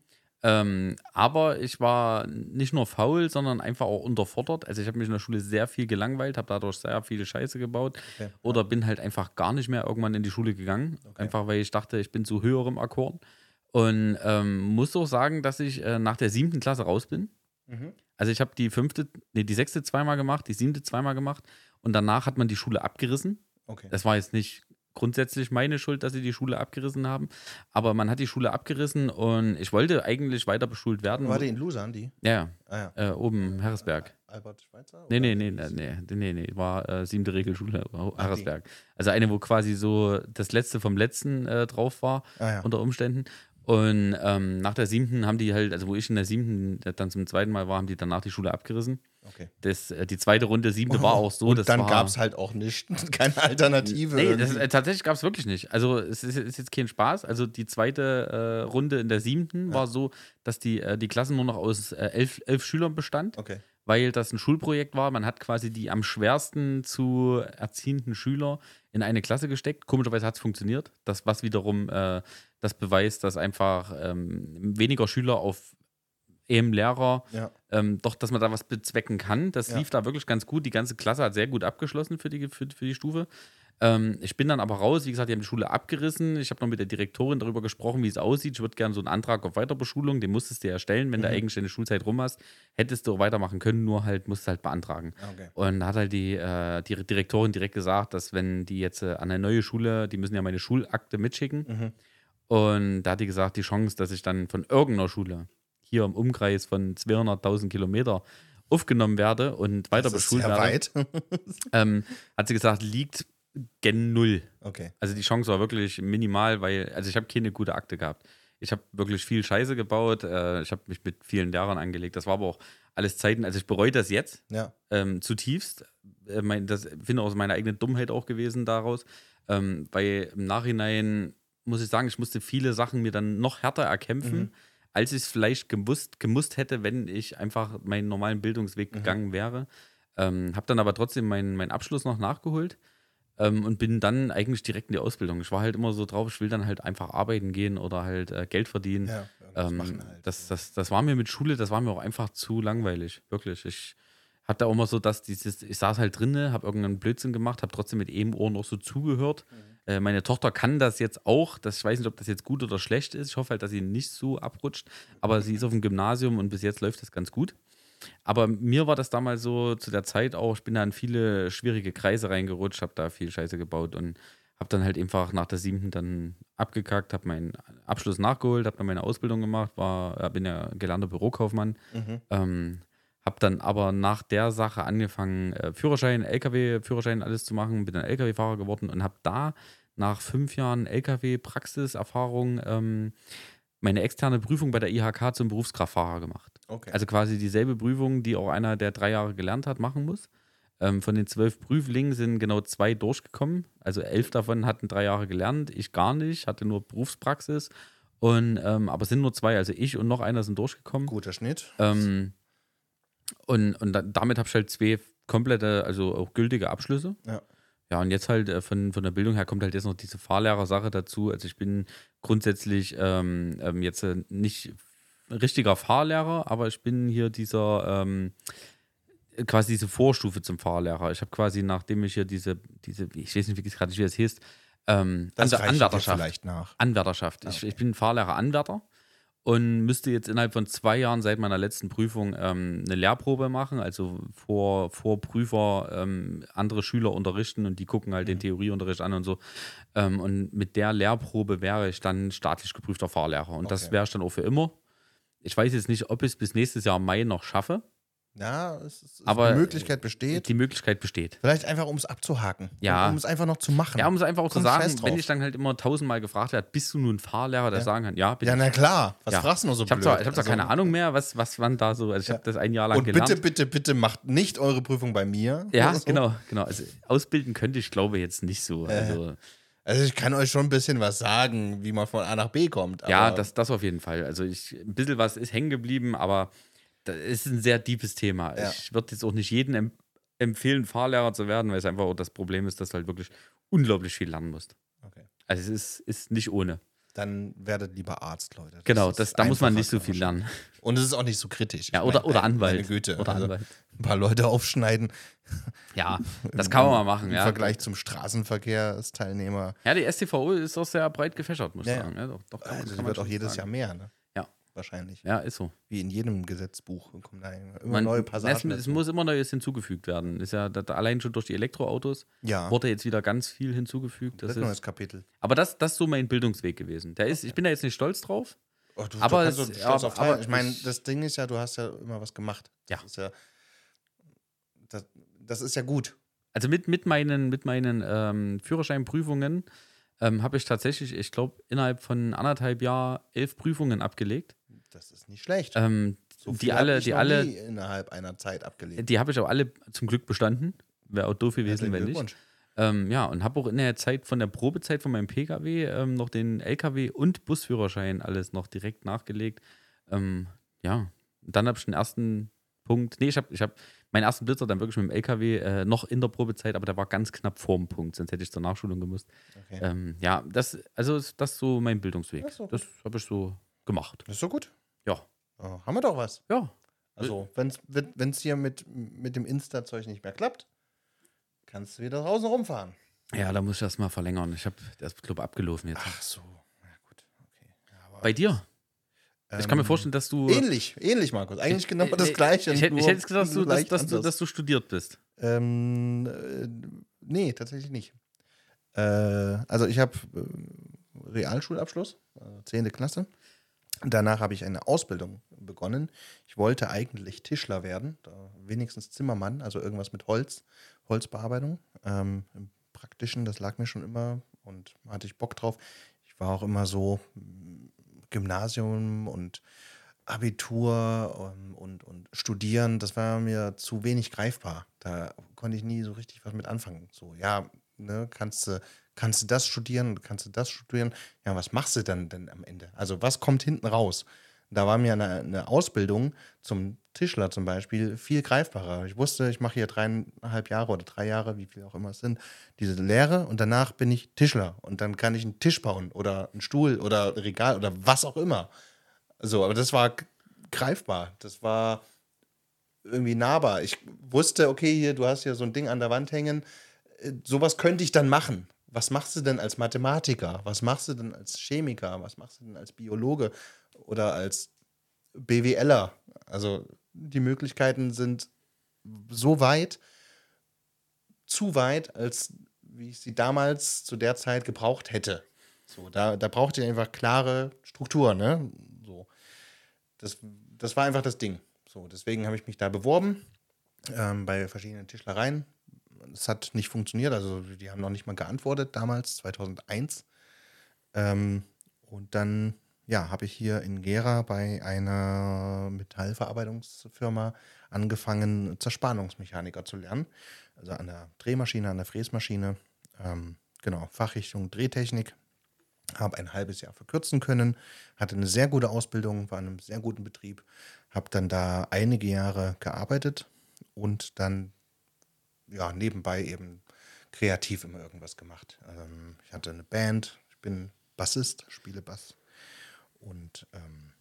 Speaker 2: Ähm, aber ich war nicht nur faul, sondern einfach auch unterfordert. Also ich habe mich in der Schule sehr viel gelangweilt, habe dadurch sehr viel Scheiße gebaut
Speaker 1: Okay.
Speaker 2: oder bin halt einfach gar nicht mehr irgendwann in die Schule gegangen. Einfach weil ich dachte, ich bin zu höherem Akkord. Und ähm, muss auch sagen, dass ich äh, nach der siebten Klasse raus bin.
Speaker 1: Mhm.
Speaker 2: Also ich habe die fünfte, nee, die sechste zweimal gemacht, die siebte zweimal gemacht und danach hat man die Schule abgerissen.
Speaker 1: Okay.
Speaker 2: Das war jetzt nicht grundsätzlich meine Schuld, dass sie die Schule abgerissen haben, aber man hat die Schule abgerissen und ich wollte eigentlich weiter beschult werden.
Speaker 1: War die in Lusan, die?
Speaker 2: Ja,
Speaker 1: Ah ja.
Speaker 2: ja, äh, oben Herresberg.
Speaker 1: Albert Schweitzer?
Speaker 2: Nee,
Speaker 1: oder?
Speaker 2: nee, nee, nee, nee, nee, nee, war äh, siebte Regelschule, war Harrisberg. Also eine, wo quasi so das Letzte vom Letzten äh, drauf war,
Speaker 1: Ah ja.
Speaker 2: unter Umständen. Und ähm, nach der siebten haben die halt, also wo ich in der siebten dann zum zweiten Mal war, haben die danach die Schule abgerissen.
Speaker 1: Okay.
Speaker 2: Das, äh, die zweite Runde siebte war auch so.
Speaker 1: Oh, Und
Speaker 2: das
Speaker 1: dann
Speaker 2: war,
Speaker 1: gab es halt auch nicht, keine Alternative.
Speaker 2: Nee, das,
Speaker 1: irgendwie.
Speaker 2: äh, tatsächlich gab es wirklich nicht. Also es ist, ist jetzt kein Spaß. Also die zweite äh, Runde in der siebten war so, dass die, äh, die Klasse nur noch aus äh, elf, elf Schülern bestand,
Speaker 1: okay.
Speaker 2: weil das ein Schulprojekt war. Man hat quasi die am schwersten zu erziehenden Schüler in eine Klasse gesteckt. Komischerweise hat es funktioniert. Das, was wiederum äh, das beweist, dass einfach ähm, weniger Schüler auf ehem Lehrer
Speaker 1: Ja.
Speaker 2: ähm, doch, dass man da was bezwecken kann. Das
Speaker 1: Ja.
Speaker 2: lief da wirklich ganz gut. Die ganze Klasse hat sehr gut abgeschlossen für die, für, für die Stufe. Ähm, ich bin dann aber raus. Wie gesagt, die haben die Schule abgerissen. Ich habe noch mit der Direktorin darüber gesprochen, wie es aussieht. Ich würde gerne so einen Antrag auf Weiterbeschulung, den musstest du ja stellen, wenn du
Speaker 1: Mhm.
Speaker 2: eigentlich deine Schulzeit rum hast. Hättest du weitermachen können, nur halt musst du halt beantragen.
Speaker 1: Okay.
Speaker 2: Und da hat halt die, äh, die Direktorin direkt gesagt, dass wenn die jetzt äh, an eine neue Schule, die müssen ja meine Schulakte mitschicken.
Speaker 1: Mhm.
Speaker 2: Und da hat die gesagt, die Chance, dass ich dann von irgendeiner Schule hier im Umkreis von 200.000 Kilometer aufgenommen werde und weiter
Speaker 1: Das ist
Speaker 2: beschult
Speaker 1: sehr
Speaker 2: werde,
Speaker 1: weit.
Speaker 2: ähm, hat sie gesagt, liegt gen Null.
Speaker 1: okay.
Speaker 2: Also die Chance war wirklich minimal, weil, also ich habe keine gute Akte gehabt. Ich habe wirklich viel Scheiße gebaut, äh, ich habe mich mit vielen Lehrern angelegt. Das war aber auch alles Zeiten, also ich bereue das jetzt,
Speaker 1: Ja.
Speaker 2: ähm, zutiefst. Äh, mein, das finde aus meiner eigenen Dummheit auch gewesen daraus. Ähm, weil im Nachhinein muss ich sagen, ich musste viele Sachen mir dann noch härter erkämpfen,
Speaker 1: Mhm.
Speaker 2: als ich es vielleicht gewusst, gemusst hätte, wenn ich einfach meinen normalen Bildungsweg
Speaker 1: Mhm.
Speaker 2: gegangen wäre. Ähm, habe dann aber trotzdem meinen, meinen Abschluss noch nachgeholt ähm, und bin dann eigentlich direkt in die Ausbildung. Ich war halt immer so drauf, ich will dann halt einfach arbeiten gehen oder halt äh, Geld verdienen.
Speaker 1: ja. irgendwas
Speaker 2: Ähm,
Speaker 1: machen halt.
Speaker 2: das, das, das war mir mit Schule, das war mir auch einfach zu langweilig, wirklich. Ich hatte auch immer so, dass dieses, ich saß halt drinne, habe irgendeinen Blödsinn gemacht, habe trotzdem mit eben Ohren auch so zugehört.
Speaker 1: Mhm.
Speaker 2: Äh, meine Tochter kann das jetzt auch, das, ich weiß nicht, ob das jetzt gut oder schlecht ist. Ich hoffe halt, dass sie nicht so abrutscht, aber sie ist auf dem Gymnasium und bis jetzt läuft das ganz gut. Aber mir war das damals so zu der Zeit auch, ich bin da in viele schwierige Kreise reingerutscht, habe da viel Scheiße gebaut und habe dann halt einfach nach der siebten dann abgekackt, habe meinen Abschluss nachgeholt, habe dann meine Ausbildung gemacht, war, äh, bin ja gelernter Bürokaufmann,
Speaker 1: Mhm.
Speaker 2: ähm, habe dann aber nach der Sache angefangen, äh, Führerschein, LKW-Führerschein alles zu machen, bin dann LKW-Fahrer geworden und habe da nach fünf Jahren LKW-Praxiserfahrung ähm, meine externe Prüfung bei der IHK zum Berufskraftfahrer gemacht.
Speaker 1: Okay.
Speaker 2: Also quasi dieselbe Prüfung, die auch einer, der drei Jahre gelernt hat, machen muss. Ähm, von den zwölf Prüflingen sind genau zwei durchgekommen. Also elf davon hatten drei Jahre gelernt, ich gar nicht, hatte nur Berufspraxis. Und, ähm, aber es sind nur zwei, also ich und noch einer sind durchgekommen.
Speaker 1: Guter Schnitt.
Speaker 2: Ähm, und und da, damit habe ich halt zwei komplette, also auch gültige Abschlüsse.
Speaker 1: Ja.
Speaker 2: Ja, und jetzt halt äh, von, von der Bildung her kommt halt jetzt noch diese Fahrlehrersache dazu. Also ich bin grundsätzlich ähm, ähm, jetzt äh, nicht richtiger Fahrlehrer, aber ich bin hier dieser ähm, quasi diese Vorstufe zum Fahrlehrer. Ich habe quasi, nachdem ich hier diese, diese, ich weiß nicht, wie es gerade wie das heißt, ähm,
Speaker 1: Das
Speaker 2: Anwer-
Speaker 1: reicht dir
Speaker 2: Anwärterschaft.
Speaker 1: vielleicht nach.
Speaker 2: Anwärterschaft.
Speaker 1: Ah,
Speaker 2: Ich,
Speaker 1: okay.
Speaker 2: ich bin Fahrlehrer-Anwärter und müsste jetzt innerhalb von zwei Jahren seit meiner letzten Prüfung ähm, eine Lehrprobe machen, also vor, vor Prüfer ähm, andere Schüler unterrichten und die gucken halt
Speaker 1: Mhm.
Speaker 2: den Theorieunterricht an und so. Ähm, und mit der Lehrprobe wäre ich dann staatlich geprüfter Fahrlehrer und das
Speaker 1: Okay.
Speaker 2: wäre ich dann auch für immer. Ich weiß jetzt nicht, ob ich es bis nächstes Jahr Mai noch schaffe.
Speaker 1: Ja, es, ist- es,
Speaker 2: Aber, äh,
Speaker 1: die Möglichkeit besteht.
Speaker 2: Die Möglichkeit besteht.
Speaker 1: Vielleicht einfach, um es abzuhaken.
Speaker 2: Ja.
Speaker 1: Um, um es einfach noch zu machen.
Speaker 2: Ja, um es einfach auch zu
Speaker 1: Komm
Speaker 2: sagen,
Speaker 1: scheiß drauf.
Speaker 2: wenn ich dann halt immer tausendmal gefragt werde, bist du nun Fahrlehrer, der
Speaker 1: Ja.
Speaker 2: sagen kann, ja, bin
Speaker 1: ja,
Speaker 2: ich.
Speaker 1: na klar. Was
Speaker 2: Ja.
Speaker 1: fragst du nur so
Speaker 2: Ich habe
Speaker 1: blöd?
Speaker 2: zwar, ich hab zwar
Speaker 1: Also-
Speaker 2: keine Ahnung mehr, was, was wann da so. Also ich
Speaker 1: Ja.
Speaker 2: habe das ein Jahr lang
Speaker 1: Und
Speaker 2: gelernt.
Speaker 1: bitte, bitte, bitte macht nicht eure Prüfung bei mir.
Speaker 2: ja,
Speaker 1: Oder so.
Speaker 2: genau, genau. Also ausbilden könnte ich, glaube jetzt nicht so. Also,
Speaker 1: Also ich kann euch schon ein bisschen was sagen, wie man von A nach B kommt. Aber
Speaker 2: ja, das, das auf jeden Fall. Also ich, ein bisschen was ist hängen geblieben, aber das ist ein sehr deepes Thema.
Speaker 1: Ja.
Speaker 2: Ich würde jetzt auch nicht jedem em empfehlen, Fahrlehrer zu werden, weil es einfach auch das Problem ist, dass du halt wirklich unglaublich viel lernen musst.
Speaker 1: Okay.
Speaker 2: Also es ist, ist nicht ohne.
Speaker 1: Dann werdet lieber Arzt, Leute. Das
Speaker 2: Genau,
Speaker 1: ist
Speaker 2: das, da muss man
Speaker 1: einfacher,
Speaker 2: nicht so
Speaker 1: kann
Speaker 2: viel
Speaker 1: schon.
Speaker 2: lernen.
Speaker 1: Und es ist auch nicht so kritisch.
Speaker 2: Ja,
Speaker 1: Ich
Speaker 2: oder,
Speaker 1: mein,
Speaker 2: oder
Speaker 1: meine
Speaker 2: Anwalt.
Speaker 1: Güte.
Speaker 2: Oder
Speaker 1: also
Speaker 2: Anwalt.
Speaker 1: Ein paar Leute aufschneiden.
Speaker 2: Ja, das kann man mal machen.
Speaker 1: Im
Speaker 2: ja.
Speaker 1: Vergleich zum Straßenverkehrsteilnehmer.
Speaker 2: Ja, die STVO ist auch sehr breit gefächert, muss ich
Speaker 1: Ja, ja.
Speaker 2: sagen. Ja, doch, doch, kann man-
Speaker 1: Also
Speaker 2: kann
Speaker 1: die
Speaker 2: man
Speaker 1: wird auch
Speaker 2: schon
Speaker 1: jedes
Speaker 2: sagen.
Speaker 1: Jahr mehr, ne?
Speaker 2: Ja.
Speaker 1: Wahrscheinlich.
Speaker 2: Ja, ist so.
Speaker 1: Wie in jedem Gesetzbuch kommen da immer
Speaker 2: Man-
Speaker 1: neue
Speaker 2: es,
Speaker 1: Passagen.
Speaker 2: es
Speaker 1: dazu.
Speaker 2: muss immer Neues hinzugefügt werden. Ist ja da, da allein schon durch die Elektroautos
Speaker 1: ja,
Speaker 2: wurde jetzt wieder ganz viel hinzugefügt. Das
Speaker 1: das neues
Speaker 2: ist,
Speaker 1: Kapitel.
Speaker 2: aber das, das ist so mein Bildungsweg gewesen. Der ist, ich bin da jetzt nicht stolz drauf.
Speaker 1: Oh, du,
Speaker 2: Aber
Speaker 1: du kannst
Speaker 2: es-
Speaker 1: doch stolz
Speaker 2: aber-
Speaker 1: auf aber
Speaker 2: aber
Speaker 1: ich meine,
Speaker 2: ich-
Speaker 1: das Ding ist ja, du hast ja immer was gemacht.
Speaker 2: Ja.
Speaker 1: Das ist ja, das, das ist ja gut.
Speaker 2: Also mit, mit meinen, mit meinen ähm, Führerscheinprüfungen ähm, habe ich tatsächlich, ich glaube, innerhalb von anderthalb Jahren elf Prüfungen abgelegt.
Speaker 1: Das ist nicht schlecht.
Speaker 2: Ähm,
Speaker 1: so
Speaker 2: die
Speaker 1: viel hab
Speaker 2: alle-
Speaker 1: ich
Speaker 2: die
Speaker 1: noch
Speaker 2: alle-
Speaker 1: nie innerhalb einer Zeit abgelegt.
Speaker 2: die habe ich auch alle zum Glück bestanden. Wäre auch doof gewesen, wenn nicht. Ähm, ja, und habe auch in der Zeit von der Probezeit von meinem Pkw ähm, noch den Lkw und Busführerschein alles noch direkt nachgelegt. Ähm, ja, und dann habe ich den ersten Punkt. Nee, ich habe ich hab meinen ersten Blitzer dann wirklich mit dem Lkw äh, noch in der Probezeit, aber der war ganz knapp vor dem Punkt, sonst hätte ich zur Nachschulung gemusst.
Speaker 1: Okay.
Speaker 2: Ähm, ja, das, also ist das so mein Bildungsweg.
Speaker 1: Ja, ist doch
Speaker 2: das habe ich so gemacht.
Speaker 1: Das ist so gut.
Speaker 2: Ja.
Speaker 1: Oh, haben wir doch was.
Speaker 2: Ja.
Speaker 1: Also, wenn's, wenn es hier mit, mit dem Insta-Zeug nicht mehr klappt, kannst du wieder draußen rumfahren.
Speaker 2: Ja, da muss ich das mal verlängern. Ich habe das Club abgelaufen jetzt.
Speaker 1: Ach so. Ja, gut. Okay. Aber,
Speaker 2: Bei dir? ich kann mir
Speaker 1: ähm,
Speaker 2: vorstellen, dass du.
Speaker 1: Ähnlich, ähnlich, Markus. Eigentlich genau
Speaker 2: Äh,
Speaker 1: das
Speaker 2: äh,
Speaker 1: Gleiche.
Speaker 2: Ich, hätte- ich
Speaker 1: nur
Speaker 2: hätte jetzt gesagt, dass du, dass,
Speaker 1: leicht
Speaker 2: dass, du,
Speaker 1: anders.
Speaker 2: dass du studiert bist.
Speaker 1: Ähm, äh, nee, tatsächlich nicht. Äh, also ich habe äh, Realschulabschluss, also 10. Klasse. Danach habe ich eine Ausbildung begonnen. Ich wollte eigentlich Tischler werden, da wenigstens Zimmermann, also irgendwas mit Holz, Holzbearbeitung. Ähm, Im Praktischen, das lag mir schon immer und hatte ich Bock drauf. Ich war auch immer so mh, Gymnasium und Abitur ähm, und, und Studieren, das war mir zu wenig greifbar. Da konnte ich nie so richtig was mit anfangen. So, ja, ne, kannst du kannst du das studieren, kannst du das studieren. Ja, was machst du dann denn am Ende? Also, was kommt hinten raus? Da war mir eine, eine Ausbildung zum Tischler zum Beispiel viel greifbarer. Ich wusste, ich mache hier dreieinhalb Jahre oder drei Jahre, wie viel auch immer es sind, diese Lehre und danach bin ich Tischler und dann kann ich einen Tisch bauen oder einen Stuhl oder ein Regal oder was auch immer. So, aber das war g- greifbar. Das war irgendwie nahbar. Ich wusste, okay, hier, du hast hier so ein Ding an der Wand hängen. Äh, Sowas könnte ich dann machen. Was machst du denn als Mathematiker? Was machst du denn als Chemiker? Was machst du denn als Biologe oder als BWLer? Also die Möglichkeiten sind so weit, zu weit, als wie ich sie damals zu der Zeit gebraucht hätte. So, da, da braucht ihr einfach klare Struktur, ne? So. Das, das war einfach das Ding. So, deswegen habe ich mich da beworben ähm, bei verschiedenen Tischlereien. Es hat nicht funktioniert, also die haben noch nicht mal geantwortet damals, 2001. Ähm, und dann, ja, habe ich hier in Gera bei einer Metallverarbeitungsfirma angefangen, Zerspannungsmechaniker zu lernen. Also an der Drehmaschine, an der Fräsmaschine. Ähm, genau, Fachrichtung Drehtechnik habe ein halbes Jahr verkürzen können, hatte eine sehr gute Ausbildung, war in einem sehr guten Betrieb, habe dann da einige Jahre gearbeitet und dann ja nebenbei eben kreativ immer irgendwas gemacht. Ähm, ich hatte eine Band, ich bin Bassist, spiele Bass und ähm,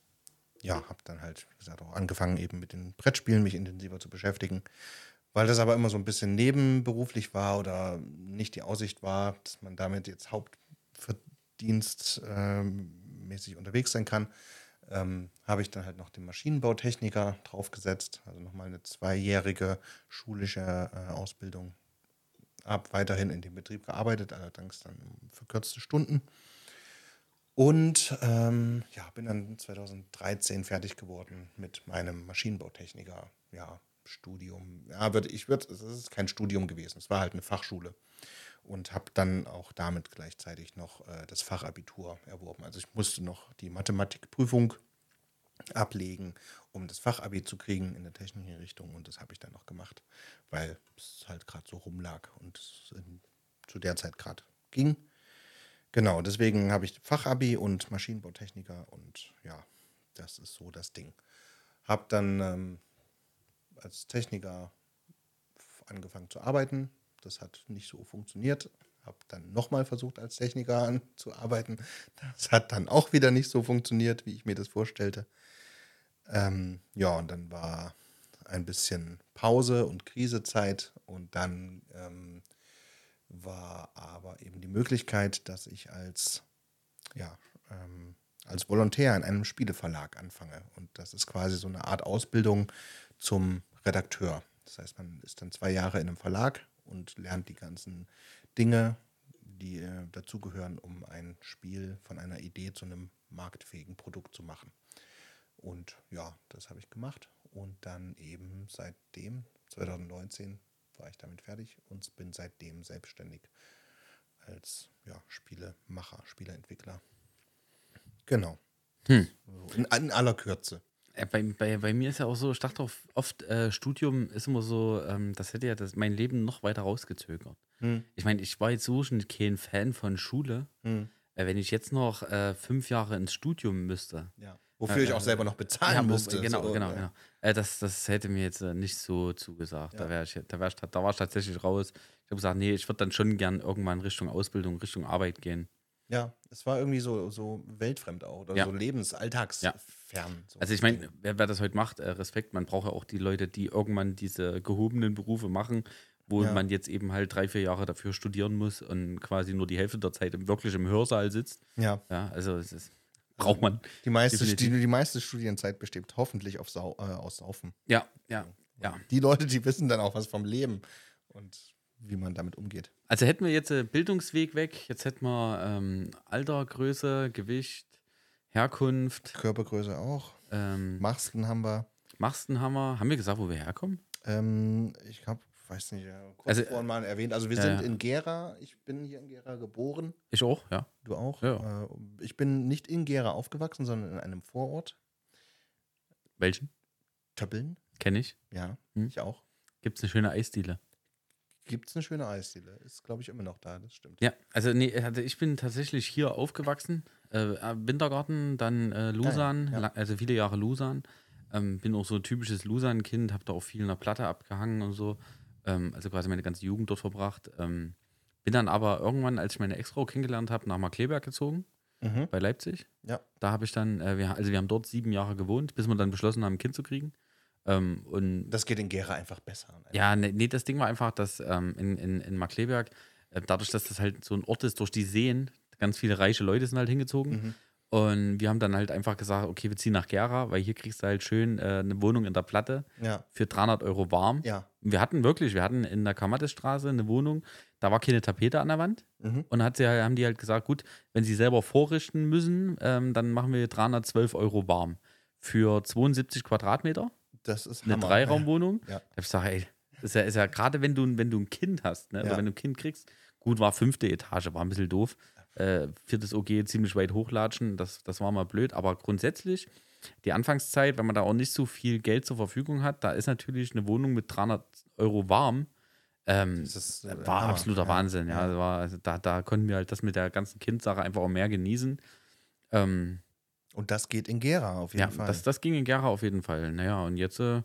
Speaker 1: ja, habe dann halt, wie gesagt, auch angefangen eben mit den Brettspielen mich intensiver zu beschäftigen. Weil das aber immer so ein bisschen nebenberuflich war oder nicht die Aussicht war, dass man damit jetzt hauptverdienstmäßig ähm, mäßig unterwegs sein kann, ähm, habe ich dann halt noch den Maschinenbautechniker draufgesetzt. Also nochmal eine zweijährige schulische äh, Ausbildung. Hab weiterhin in dem Betrieb gearbeitet, allerdings dann um verkürzte Stunden. Und ähm, ja, bin dann 2013 fertig geworden mit meinem Maschinenbautechniker. Ja, Studium. Ja, würd, ich würde, es ist kein Studium gewesen, es war halt eine Fachschule. Und habe dann auch damit gleichzeitig noch äh, das Fachabitur erworben. Also ich musste noch die Mathematikprüfung ablegen, um das Fachabi zu kriegen in der technischen Richtung. Und das habe ich dann noch gemacht, weil es halt gerade so rumlag und es in- zu der Zeit gerade ging. Genau, deswegen habe ich Fachabi und Maschinenbautechniker und ja, das ist so das Ding. Habe dann ähm, als Techniker f- angefangen zu arbeiten. Das hat nicht so funktioniert. Habe dann nochmal versucht, als Techniker an- zu arbeiten. Das hat dann auch wieder nicht so funktioniert, wie ich mir das vorstellte. Ähm, ja, und dann war ein bisschen Pause und Krisezeit und dann ähm, war aber eben die Möglichkeit, dass ich als, ja, ähm, als Volontär in einem Spieleverlag anfange. Und das ist quasi so eine Art Ausbildung zum Redakteur. Das heißt, man ist dann zwei Jahre in einem Verlag und lernt die ganzen Dinge, die äh, dazugehören, um ein Spiel von einer Idee zu einem marktfähigen Produkt zu machen. Und ja, das habe ich gemacht. Und dann eben seitdem, 2019, war ich damit fertig und bin seitdem selbstständig als ja, Spielemacher, Spieleentwickler. Genau.
Speaker 2: Hm.
Speaker 1: So, In, in aller Kürze.
Speaker 2: Ja, bei, bei, bei mir ist ja auch so, ich dachte auch oft, äh, Studium ist immer so, ähm, das hätte ja das, mein Leben noch weiter rausgezögert.
Speaker 1: Hm.
Speaker 2: Ich meine, ich war jetzt so schon kein Fan von Schule.
Speaker 1: Hm.
Speaker 2: Äh, wenn ich jetzt noch äh, fünf Jahre ins Studium müsste,
Speaker 1: Ja. Wofür ich auch selber noch bezahlen
Speaker 2: Ja, wo-
Speaker 1: müsste.
Speaker 2: Genau,
Speaker 1: Ah, so,
Speaker 2: genau,
Speaker 1: äh,
Speaker 2: genau. Äh, das, das hätte mir jetzt äh, nicht so zugesagt. Da, wär ich, da, wär ich, da war ich tatsächlich raus. Ich habe gesagt, nee, ich würde dann schon gern irgendwann Richtung Ausbildung, Richtung Arbeit gehen.
Speaker 1: Ja, es war irgendwie so, so weltfremd auch oder
Speaker 2: Ja.
Speaker 1: so lebensalltagsfern. So.
Speaker 2: Also ich meine, wer, wer das heute macht, äh, Respekt, man braucht ja auch die Leute, die irgendwann diese gehobenen Berufe machen, wo
Speaker 1: Ja.
Speaker 2: man jetzt eben halt drei, vier Jahre dafür studieren muss und quasi nur die Hälfte der Zeit im, wirklich im Hörsaal sitzt.
Speaker 1: ja,
Speaker 2: Ja, also es ist, braucht man.
Speaker 1: die meiste, die,
Speaker 2: Definitiv.
Speaker 1: die meiste Studienzeit besteht hoffentlich auf Sau, äh, aus Saufen.
Speaker 2: Ja, ja, ja.
Speaker 1: Die Leute, die wissen dann auch was vom Leben und wie man damit umgeht.
Speaker 2: Also hätten wir jetzt äh, Bildungsweg weg, jetzt hätten wir ähm, Alter, Größe, Gewicht, Herkunft,
Speaker 1: Körpergröße auch.
Speaker 2: ähm,
Speaker 1: Masten haben wir.
Speaker 2: Masten haben wir. Haben wir gesagt, wo wir herkommen?
Speaker 1: Ähm, ich habe, weiß nicht, ja, kurz
Speaker 2: Also,
Speaker 1: vorhin mal erwähnt. Also wir
Speaker 2: ja,
Speaker 1: sind
Speaker 2: ja.
Speaker 1: in Gera. Ich bin hier in Gera geboren.
Speaker 2: Ich auch, ja.
Speaker 1: Du auch?
Speaker 2: Ja.
Speaker 1: Äh, ich bin nicht in Gera aufgewachsen, sondern in einem Vorort.
Speaker 2: Welchen?
Speaker 1: Töppeln.
Speaker 2: Kenne ich.
Speaker 1: Ja,
Speaker 2: Hm.
Speaker 1: ich auch.
Speaker 2: Gibt es eine schöne Eisdiele?
Speaker 1: Gibt es eine schöne Eisdiele? Ist, glaube ich, immer noch da, das stimmt.
Speaker 2: Ja, also nee, also ich bin tatsächlich hier aufgewachsen. Äh, Wintergarten, dann äh, Lusan,
Speaker 1: ja.
Speaker 2: la- also viele Jahre Lusan. Ähm, bin auch so ein typisches Lusan-Kind, habe da auch viel in der Platte abgehangen und so. Ähm, also quasi meine ganze Jugend dort verbracht. Ähm, bin dann aber irgendwann, als ich meine Ex-Frau kennengelernt habe, nach Markleberg gezogen,
Speaker 1: Mhm.
Speaker 2: bei Leipzig.
Speaker 1: Ja.
Speaker 2: Da habe ich dann, äh, wir, also wir haben dort sieben Jahre gewohnt, bis wir dann beschlossen haben, ein Kind zu kriegen. Ähm, und
Speaker 1: Das geht in Gera einfach besser.
Speaker 2: ja, nee, nee, das Ding war einfach, dass ähm, in, in, in Markleberg, äh, dadurch, dass das halt so ein Ort ist, durch die Seen, ganz viele reiche Leute sind halt hingezogen.
Speaker 1: Mhm.
Speaker 2: Und wir haben dann halt einfach gesagt, okay, wir ziehen nach Gera, weil hier kriegst du halt schön äh, eine Wohnung in der Platte
Speaker 1: Ja.
Speaker 2: für 300 Euro warm.
Speaker 1: Ja.
Speaker 2: Wir hatten wirklich, wir hatten in der Kamattesstraße eine Wohnung, da war keine Tapete an der Wand.
Speaker 1: Mhm.
Speaker 2: Und hat sie, halt- haben die halt gesagt, gut, wenn sie selber vorrichten müssen, ähm, dann machen wir 312 Euro warm für 72 Quadratmeter
Speaker 1: Das ist
Speaker 2: eine
Speaker 1: Hammer.
Speaker 2: Dreiraumwohnung.
Speaker 1: Ja.
Speaker 2: Da hab ich gesagt, ey, das ist ja, ist ja gerade wenn du, wenn du ein Kind hast, ne?
Speaker 1: Ja.
Speaker 2: oder wenn du ein Kind kriegst, gut, war fünfte Etage, war ein bisschen doof. Äh, viertes OG ziemlich weit hochlatschen, das, das war mal blöd, aber grundsätzlich die Anfangszeit, wenn man da auch nicht so viel Geld zur Verfügung hat, da ist natürlich eine Wohnung mit 300 Euro warm. Ähm,
Speaker 1: Das ist, äh,
Speaker 2: war
Speaker 1: Hammer.
Speaker 2: absoluter
Speaker 1: Ja.
Speaker 2: Wahnsinn, ja. Das War, also da, da konnten wir halt das mit der ganzen Kindsache einfach auch mehr genießen. Ähm,
Speaker 1: Und das geht in Gera auf jeden
Speaker 2: ja,
Speaker 1: Fall.
Speaker 2: Das, das ging in Gera auf jeden Fall. Naja, und jetzt, äh,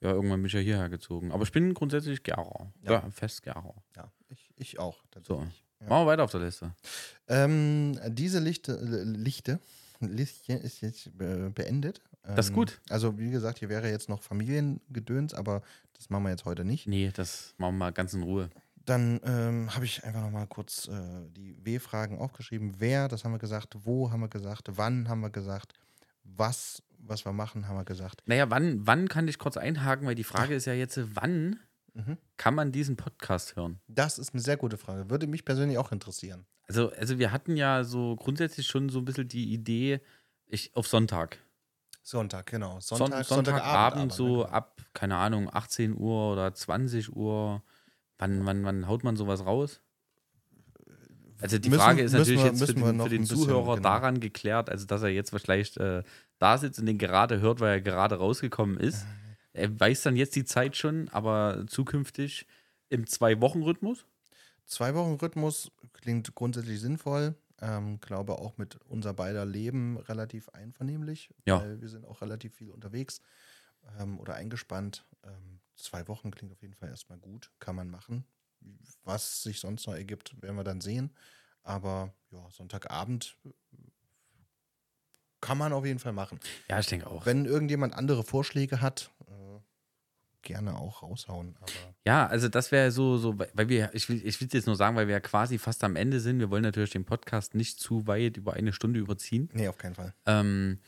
Speaker 2: ja, irgendwann bin ich ja hierher gezogen. Aber ich bin grundsätzlich Gera. Ja,
Speaker 1: Ja.
Speaker 2: fest Gera.
Speaker 1: ja, ich, ich auch.
Speaker 2: So.
Speaker 1: tatsächlich. Ja.
Speaker 2: Machen wir weiter auf der Liste.
Speaker 1: Ähm, diese Lichte, äh, Lichte, Lichtchen ist jetzt äh, beendet. Ähm,
Speaker 2: Das ist gut.
Speaker 1: Also, wie gesagt, hier wäre jetzt noch Familiengedöns, aber das machen wir jetzt heute nicht.
Speaker 2: Nee, das machen wir mal ganz in Ruhe.
Speaker 1: Dann ähm, habe ich einfach nochmal kurz äh, die W-Fragen aufgeschrieben. Wer, das haben wir gesagt, wo haben wir gesagt, wann haben wir gesagt, was, was wir machen, haben wir gesagt.
Speaker 2: Naja, wann, wann kann ich kurz einhaken? Weil die Frage ist ja jetzt, äh, wann
Speaker 1: Mhm.
Speaker 2: kann man diesen Podcast hören?
Speaker 1: Das ist eine sehr gute Frage. Würde mich persönlich auch interessieren.
Speaker 2: Also, also wir hatten ja so grundsätzlich schon so ein bisschen die Idee, ich auf Sonntag.
Speaker 1: Sonntag, genau.
Speaker 2: Son
Speaker 1: Sonntag, aber,
Speaker 2: Sonntagabend so
Speaker 1: ne?
Speaker 2: ab, keine Ahnung, 18 Uhr oder 20 Uhr. Wann, wann, wann haut man sowas raus? Also die
Speaker 1: Müssen-
Speaker 2: Frage ist
Speaker 1: müssen
Speaker 2: natürlich
Speaker 1: wir-
Speaker 2: jetzt für
Speaker 1: müssen wir
Speaker 2: den,
Speaker 1: noch
Speaker 2: für den
Speaker 1: ein bisschen,
Speaker 2: Zuhörer
Speaker 1: genau.
Speaker 2: daran geklärt, also dass er jetzt vielleicht äh, da sitzt und den gerade hört, weil er gerade rausgekommen ist. Er weiß dann jetzt die Zeit schon, aber zukünftig im Zwei-Wochen-Rhythmus.
Speaker 1: Zwei Wochen Rhythmus klingt grundsätzlich sinnvoll. Ähm, glaube auch mit unser beider Leben relativ einvernehmlich,
Speaker 2: Ja.
Speaker 1: weil wir sind auch relativ viel unterwegs ähm, oder eingespannt. Ähm, zwei Wochen klingt auf jeden Fall erstmal gut, kann man machen. Was sich sonst noch ergibt, werden wir dann sehen. Aber ja, Sonntagabend äh, kann man auf jeden Fall machen.
Speaker 2: Ja, ich denke auch.
Speaker 1: Wenn irgendjemand andere Vorschläge hat, äh, gerne auch raushauen. Aber
Speaker 2: Ja, also das wäre so, so, weil wir, ich will ich will jetzt nur sagen, weil wir ja quasi fast am Ende sind. Wir wollen natürlich den Podcast nicht zu weit über eine Stunde überziehen.
Speaker 1: nee, auf keinen Fall.
Speaker 2: Ähm,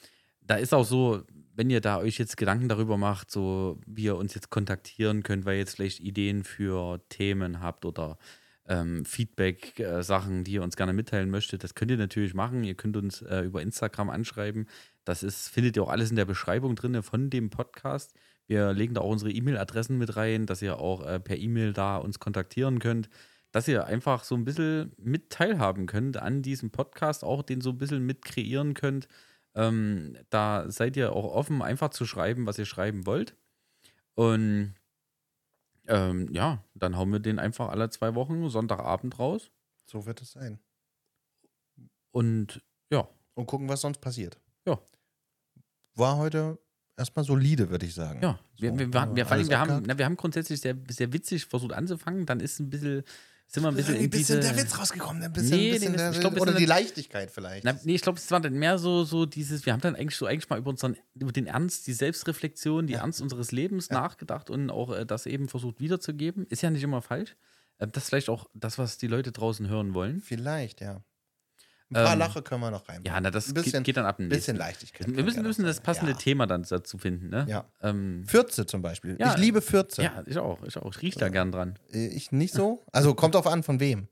Speaker 2: da ist auch so, wenn ihr da euch jetzt Gedanken darüber macht, so wie ihr uns jetzt kontaktieren könnt, weil ihr jetzt vielleicht Ideen für Themen habt oder ähm, Feedback, äh, Sachen, die ihr uns gerne mitteilen möchtet, das könnt ihr natürlich machen. Ihr könnt uns äh, über Instagram anschreiben. Das ist, findet ihr auch alles in der Beschreibung drin von dem Podcast. Wir legen da auch unsere E-Mail-Adressen mit rein, dass ihr auch äh, per E-Mail da uns kontaktieren könnt. dass ihr einfach so ein bisschen mit teilhaben könnt an diesem Podcast, auch den so ein bisschen mit kreieren könnt. Ähm, da seid ihr auch offen, einfach zu schreiben, was ihr schreiben wollt. Und ähm, ja, dann hauen wir den einfach alle zwei Wochen Sonntagabend raus.
Speaker 1: So wird es sein.
Speaker 2: Und ja,
Speaker 1: Und gucken, was sonst passiert.
Speaker 2: Ja.
Speaker 1: War heute erstmal solide, würde ich sagen.
Speaker 2: ja. Wir,
Speaker 1: So,
Speaker 2: wir, waren,
Speaker 1: alles
Speaker 2: wir, vor allem, wir, haben,
Speaker 1: abgehakt.
Speaker 2: na, wir haben grundsätzlich sehr, sehr witzig versucht anzufangen. Dann ist ein bisschen, sind wir Äh, ein bisschen in diese,
Speaker 1: rausgekommen, ein
Speaker 2: Nee, nee, das- ich glaub, wir
Speaker 1: oder
Speaker 2: sind-
Speaker 1: die Leichtigkeit vielleicht.
Speaker 2: Na, nee, ich glaube, es war dann mehr so, so dieses, wir haben dann eigentlich so eigentlich mal über unseren, über den Ernst, die Selbstreflexion, die Ernst unseres Lebens nachgedacht und auch äh, das eben versucht wiederzugeben. Ist ja nicht immer falsch. Äh, das ist vielleicht auch das, was die Leute draußen hören wollen.
Speaker 1: vielleicht, ja. Ein paar
Speaker 2: Ähm,
Speaker 1: Lache können wir noch rein.
Speaker 2: Ja, na, das
Speaker 1: Ein
Speaker 2: geht-
Speaker 1: bisschen-
Speaker 2: geht dann ab dem
Speaker 1: Ein bisschen
Speaker 2: nächsten.
Speaker 1: Leichtigkeit.
Speaker 2: Wir müssen,
Speaker 1: kann
Speaker 2: wir müssen
Speaker 1: gerne
Speaker 2: das
Speaker 1: sein.
Speaker 2: passende
Speaker 1: ja.
Speaker 2: Thema dann dazu finden, ne?
Speaker 1: Ja.
Speaker 2: Ähm,
Speaker 1: Fürze zum Beispiel.
Speaker 2: Ja.
Speaker 1: ich liebe Fürze.
Speaker 2: ja, ich auch, ich auch. Ich riech da gern dran.
Speaker 1: Äh, Ich nicht so. Also kommt drauf an, von wem.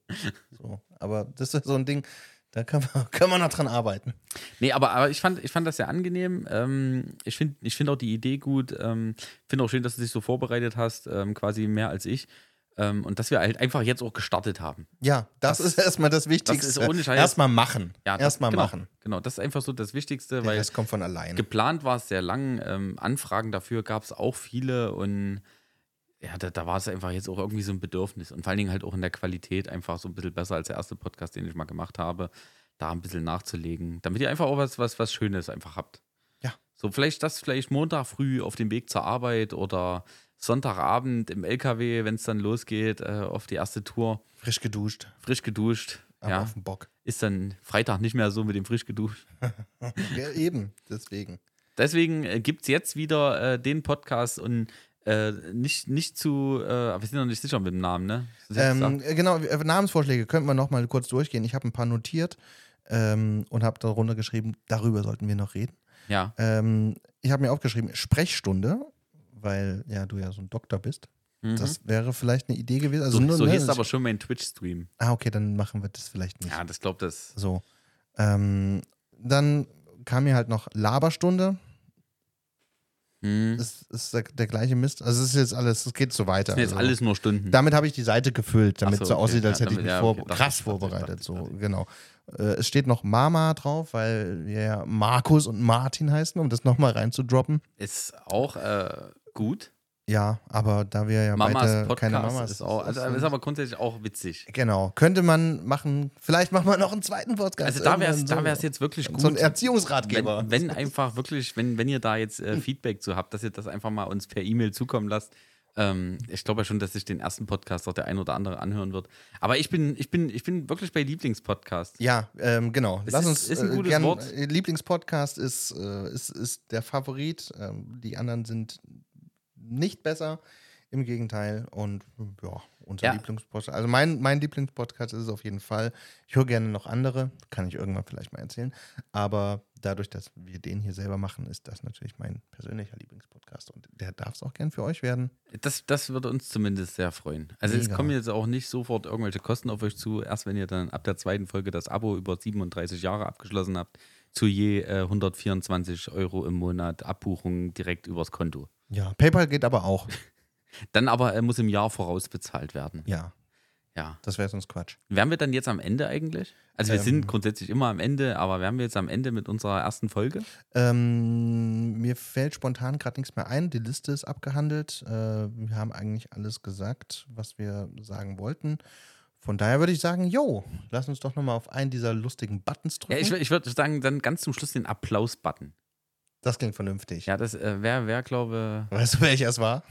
Speaker 1: So. Aber das ist so ein Ding, da kann man, kann man noch dran arbeiten.
Speaker 2: Nee, aber, aber ich, fand, ich fand das sehr angenehm. Ähm, ich finde ich find auch die Idee gut. Ähm, finde auch schön, dass du dich so vorbereitet hast, ähm, quasi mehr als ich. Ähm, und dass wir halt einfach jetzt auch gestartet haben.
Speaker 1: Ja, das,
Speaker 2: Das-
Speaker 1: ist erstmal das Wichtigste.
Speaker 2: ohne Scheiß.
Speaker 1: Erstmal machen.
Speaker 2: Ja, das-
Speaker 1: erstmal
Speaker 2: genau,
Speaker 1: machen.
Speaker 2: Genau, das ist einfach so das Wichtigste,
Speaker 1: Weil
Speaker 2: weil
Speaker 1: das kommt von allein.
Speaker 2: geplant war es sehr lang. Ähm, Anfragen dafür gab es auch viele und ja, da, da war es einfach jetzt auch irgendwie so ein Bedürfnis und vor allen Dingen halt auch in der Qualität einfach so ein bisschen besser als der erste Podcast, den ich mal gemacht habe, da ein bisschen nachzulegen, damit ihr einfach auch was, was, was Schönes einfach habt.
Speaker 1: Ja.
Speaker 2: So, vielleicht das vielleicht Montag früh auf dem Weg zur Arbeit oder Sonntagabend im LKW, wenn es dann losgeht, äh, auf die erste Tour,
Speaker 1: Frisch geduscht,
Speaker 2: frisch geduscht.
Speaker 1: aber
Speaker 2: ja,
Speaker 1: auf den Bock.
Speaker 2: ist dann Freitag nicht mehr so mit dem frisch geduscht.
Speaker 1: Ja, eben, deswegen.
Speaker 2: Deswegen gibt es jetzt wieder äh, den Podcast und äh, nicht, nicht zu, äh, aber wir sind noch nicht sicher mit dem Namen, ne? Das ist jetzt
Speaker 1: Ähm,
Speaker 2: gesagt.
Speaker 1: äh, genau, äh, Namensvorschläge könnten wir nochmal kurz durchgehen. Ich habe ein paar notiert ähm, und habe darunter geschrieben, darüber sollten wir noch reden.
Speaker 2: ja,
Speaker 1: Ähm, ich habe mir aufgeschrieben, Sprechstunde, weil ja du ja so ein Doktor bist.
Speaker 2: mhm.
Speaker 1: Das wäre vielleicht eine Idee gewesen. Also
Speaker 2: so,
Speaker 1: nur,
Speaker 2: so
Speaker 1: ne,
Speaker 2: hieß
Speaker 1: das-
Speaker 2: aber schon mein Twitch-Stream.
Speaker 1: Ah, okay, dann machen wir das vielleicht nicht.
Speaker 2: Ja, das glaubt das.
Speaker 1: So. Ähm, dann kam mir halt noch Laberstunde.
Speaker 2: Mhm. Hm. Das
Speaker 1: Das ist der, der gleiche Mist. Also es ist jetzt alles, es geht so weiter.
Speaker 2: sind jetzt
Speaker 1: also,
Speaker 2: alles nur Stunden.
Speaker 1: Damit habe ich die Seite gefüllt, damit
Speaker 2: Ach so,
Speaker 1: so,
Speaker 2: okay.
Speaker 1: aussieht, als
Speaker 2: Ja,
Speaker 1: hätte ich
Speaker 2: damit-
Speaker 1: mich
Speaker 2: ja,
Speaker 1: vor,
Speaker 2: okay. Dachte
Speaker 1: krass
Speaker 2: ich, dachte ich,
Speaker 1: vorbereitet.
Speaker 2: dachte ich,
Speaker 1: so,
Speaker 2: dachte ich.
Speaker 1: genau. Äh, es steht noch Mama drauf, weil wir ja Markus und Martin heißen, um das nochmal reinzudroppen.
Speaker 2: ist auch äh, gut.
Speaker 1: Ja, aber da wir ja
Speaker 2: Mamas
Speaker 1: beide
Speaker 2: Podcast
Speaker 1: keine Mamas
Speaker 2: ist auch, also, ist aber grundsätzlich auch witzig.
Speaker 1: Genau, könnte man machen. Vielleicht machen wir noch einen zweiten Podcast.
Speaker 2: Also da wäre es
Speaker 1: Irgendwann
Speaker 2: da wär's jetzt wirklich gut.
Speaker 1: so ein Erziehungsratgeber.
Speaker 2: wenn, wenn einfach wirklich, wenn, wenn ihr da jetzt äh, Feedback zu habt, dass ihr das einfach mal uns per E-Mail zukommen lasst. Ähm, ich glaube ja schon, dass sich den ersten Podcast auch der ein oder andere anhören wird. Aber ich bin, ich bin, ich bin wirklich bei Lieblingspodcast.
Speaker 1: Ja, ähm, genau.
Speaker 2: Es
Speaker 1: Lass
Speaker 2: ist-
Speaker 1: uns
Speaker 2: ist ein
Speaker 1: äh,
Speaker 2: gutes
Speaker 1: gern,
Speaker 2: Wort.
Speaker 1: äh, Lieblingspodcast ist, äh, ist, ist der Favorit. Ähm, die anderen sind nicht besser. Im Gegenteil. Und ja, unser
Speaker 2: Ja.
Speaker 1: Lieblingspodcast. Also mein, mein Lieblingspodcast ist es auf jeden Fall. Ich höre gerne noch andere. Kann ich irgendwann vielleicht mal erzählen. Aber dadurch, dass wir den hier selber machen, ist das natürlich mein persönlicher Lieblingspodcast. Und der darf es auch gern für euch werden.
Speaker 2: Das, das würde uns zumindest sehr freuen. Also es
Speaker 1: Mega.
Speaker 2: kommen jetzt auch nicht sofort irgendwelche Kosten auf euch zu. Erst wenn ihr dann ab der zweiten Folge das Abo über 37 Jahre abgeschlossen habt, zu je äh, 124 Euro im Monat Abbuchung direkt übers Konto.
Speaker 1: Ja, PayPal geht aber auch.
Speaker 2: Dann aber äh, muss im Jahr vorausbezahlt werden.
Speaker 1: Ja,
Speaker 2: Ja.
Speaker 1: das wäre sonst Quatsch.
Speaker 2: Wären wir dann jetzt am Ende eigentlich? Also wir
Speaker 1: Ähm.
Speaker 2: sind grundsätzlich immer am Ende, aber wären wir jetzt am Ende mit unserer ersten Folge?
Speaker 1: Ähm, mir fällt spontan gerade nichts mehr ein. Die Liste ist abgehandelt. Äh, wir haben eigentlich alles gesagt, was wir sagen wollten. Von daher würde ich sagen, yo, lass uns doch nochmal auf einen dieser lustigen Buttons drücken.
Speaker 2: Ja, ich wür- ich würde sagen, dann ganz zum Schluss den Applaus-Button.
Speaker 1: das klingt vernünftig.
Speaker 2: Ja, das äh, wäre, wär, glaube
Speaker 1: Weißt du, welcher es war?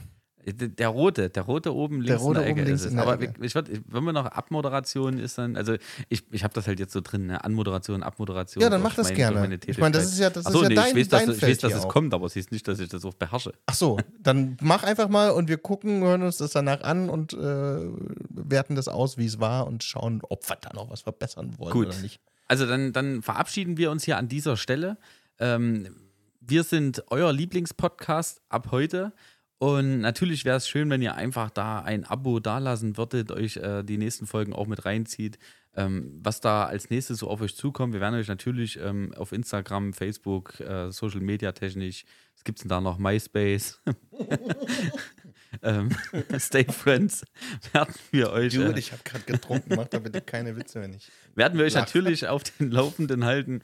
Speaker 2: äh, d- der rote, der rote oben
Speaker 1: Der
Speaker 2: links
Speaker 1: rote
Speaker 2: in der Ecke
Speaker 1: oben links
Speaker 2: ist es.
Speaker 1: in der
Speaker 2: Aber
Speaker 1: Ecke.
Speaker 2: wir- ich würd, wenn wir noch Abmoderation ist dann, also ich, ich habe das halt jetzt so drin, ne? Anmoderation, Abmoderation.
Speaker 1: Ja, dann
Speaker 2: auch
Speaker 1: mach das
Speaker 2: mein- so
Speaker 1: gerne.
Speaker 2: meine
Speaker 1: ich meine, das ist ja, das
Speaker 2: Achso,
Speaker 1: ist ja
Speaker 2: nee,
Speaker 1: dein,
Speaker 2: ich weiß, dass,
Speaker 1: dein
Speaker 2: ich weiß,
Speaker 1: Feld
Speaker 2: dass
Speaker 1: hier
Speaker 2: es
Speaker 1: auch.
Speaker 2: kommt, aber es ist nicht, dass ich das auch beherrsche.
Speaker 1: Ach so, dann mach einfach mal und wir gucken, hören uns das danach an und äh, werten das aus, wie es war und schauen, ob wir da noch was verbessern wollen
Speaker 2: Gut.
Speaker 1: oder nicht.
Speaker 2: Also dann, dann verabschieden wir uns hier an dieser Stelle. Ähm, wir sind euer Lieblingspodcast ab heute. Und natürlich wäre es schön, wenn ihr einfach da ein Abo dalassen würdet, euch äh, die nächsten Folgen auch mit reinzieht, ähm, was da als nächstes so auf euch zukommt. Wir werden euch natürlich ähm, auf Instagram, Facebook, äh, Social Media technisch, was gibt es denn da noch? MySpace. Ähm, stay Friends werden wir euch,
Speaker 1: Dude,
Speaker 2: äh,
Speaker 1: ich habe gerade getrunken, mach da bitte keine Witze, wenn ich.
Speaker 2: werden wir euch
Speaker 1: Lach.
Speaker 2: natürlich auf den Laufenden halten.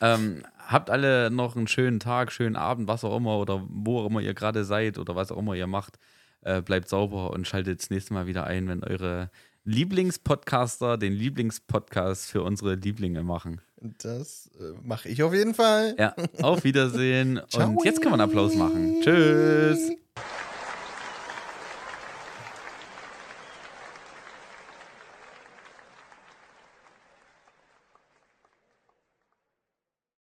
Speaker 2: Ähm, habt alle noch einen schönen Tag, schönen Abend, was auch immer oder wo auch immer ihr gerade seid oder was auch immer ihr macht. Äh, bleibt sauber und schaltet das nächste Mal wieder ein, wenn eure Lieblingspodcaster den Lieblingspodcast für unsere Lieblinge machen.
Speaker 1: Das äh, mache ich auf jeden Fall.
Speaker 2: Ja, auf Wiedersehen und
Speaker 1: Ciao.
Speaker 2: jetzt kann man Applaus machen. Tschüss.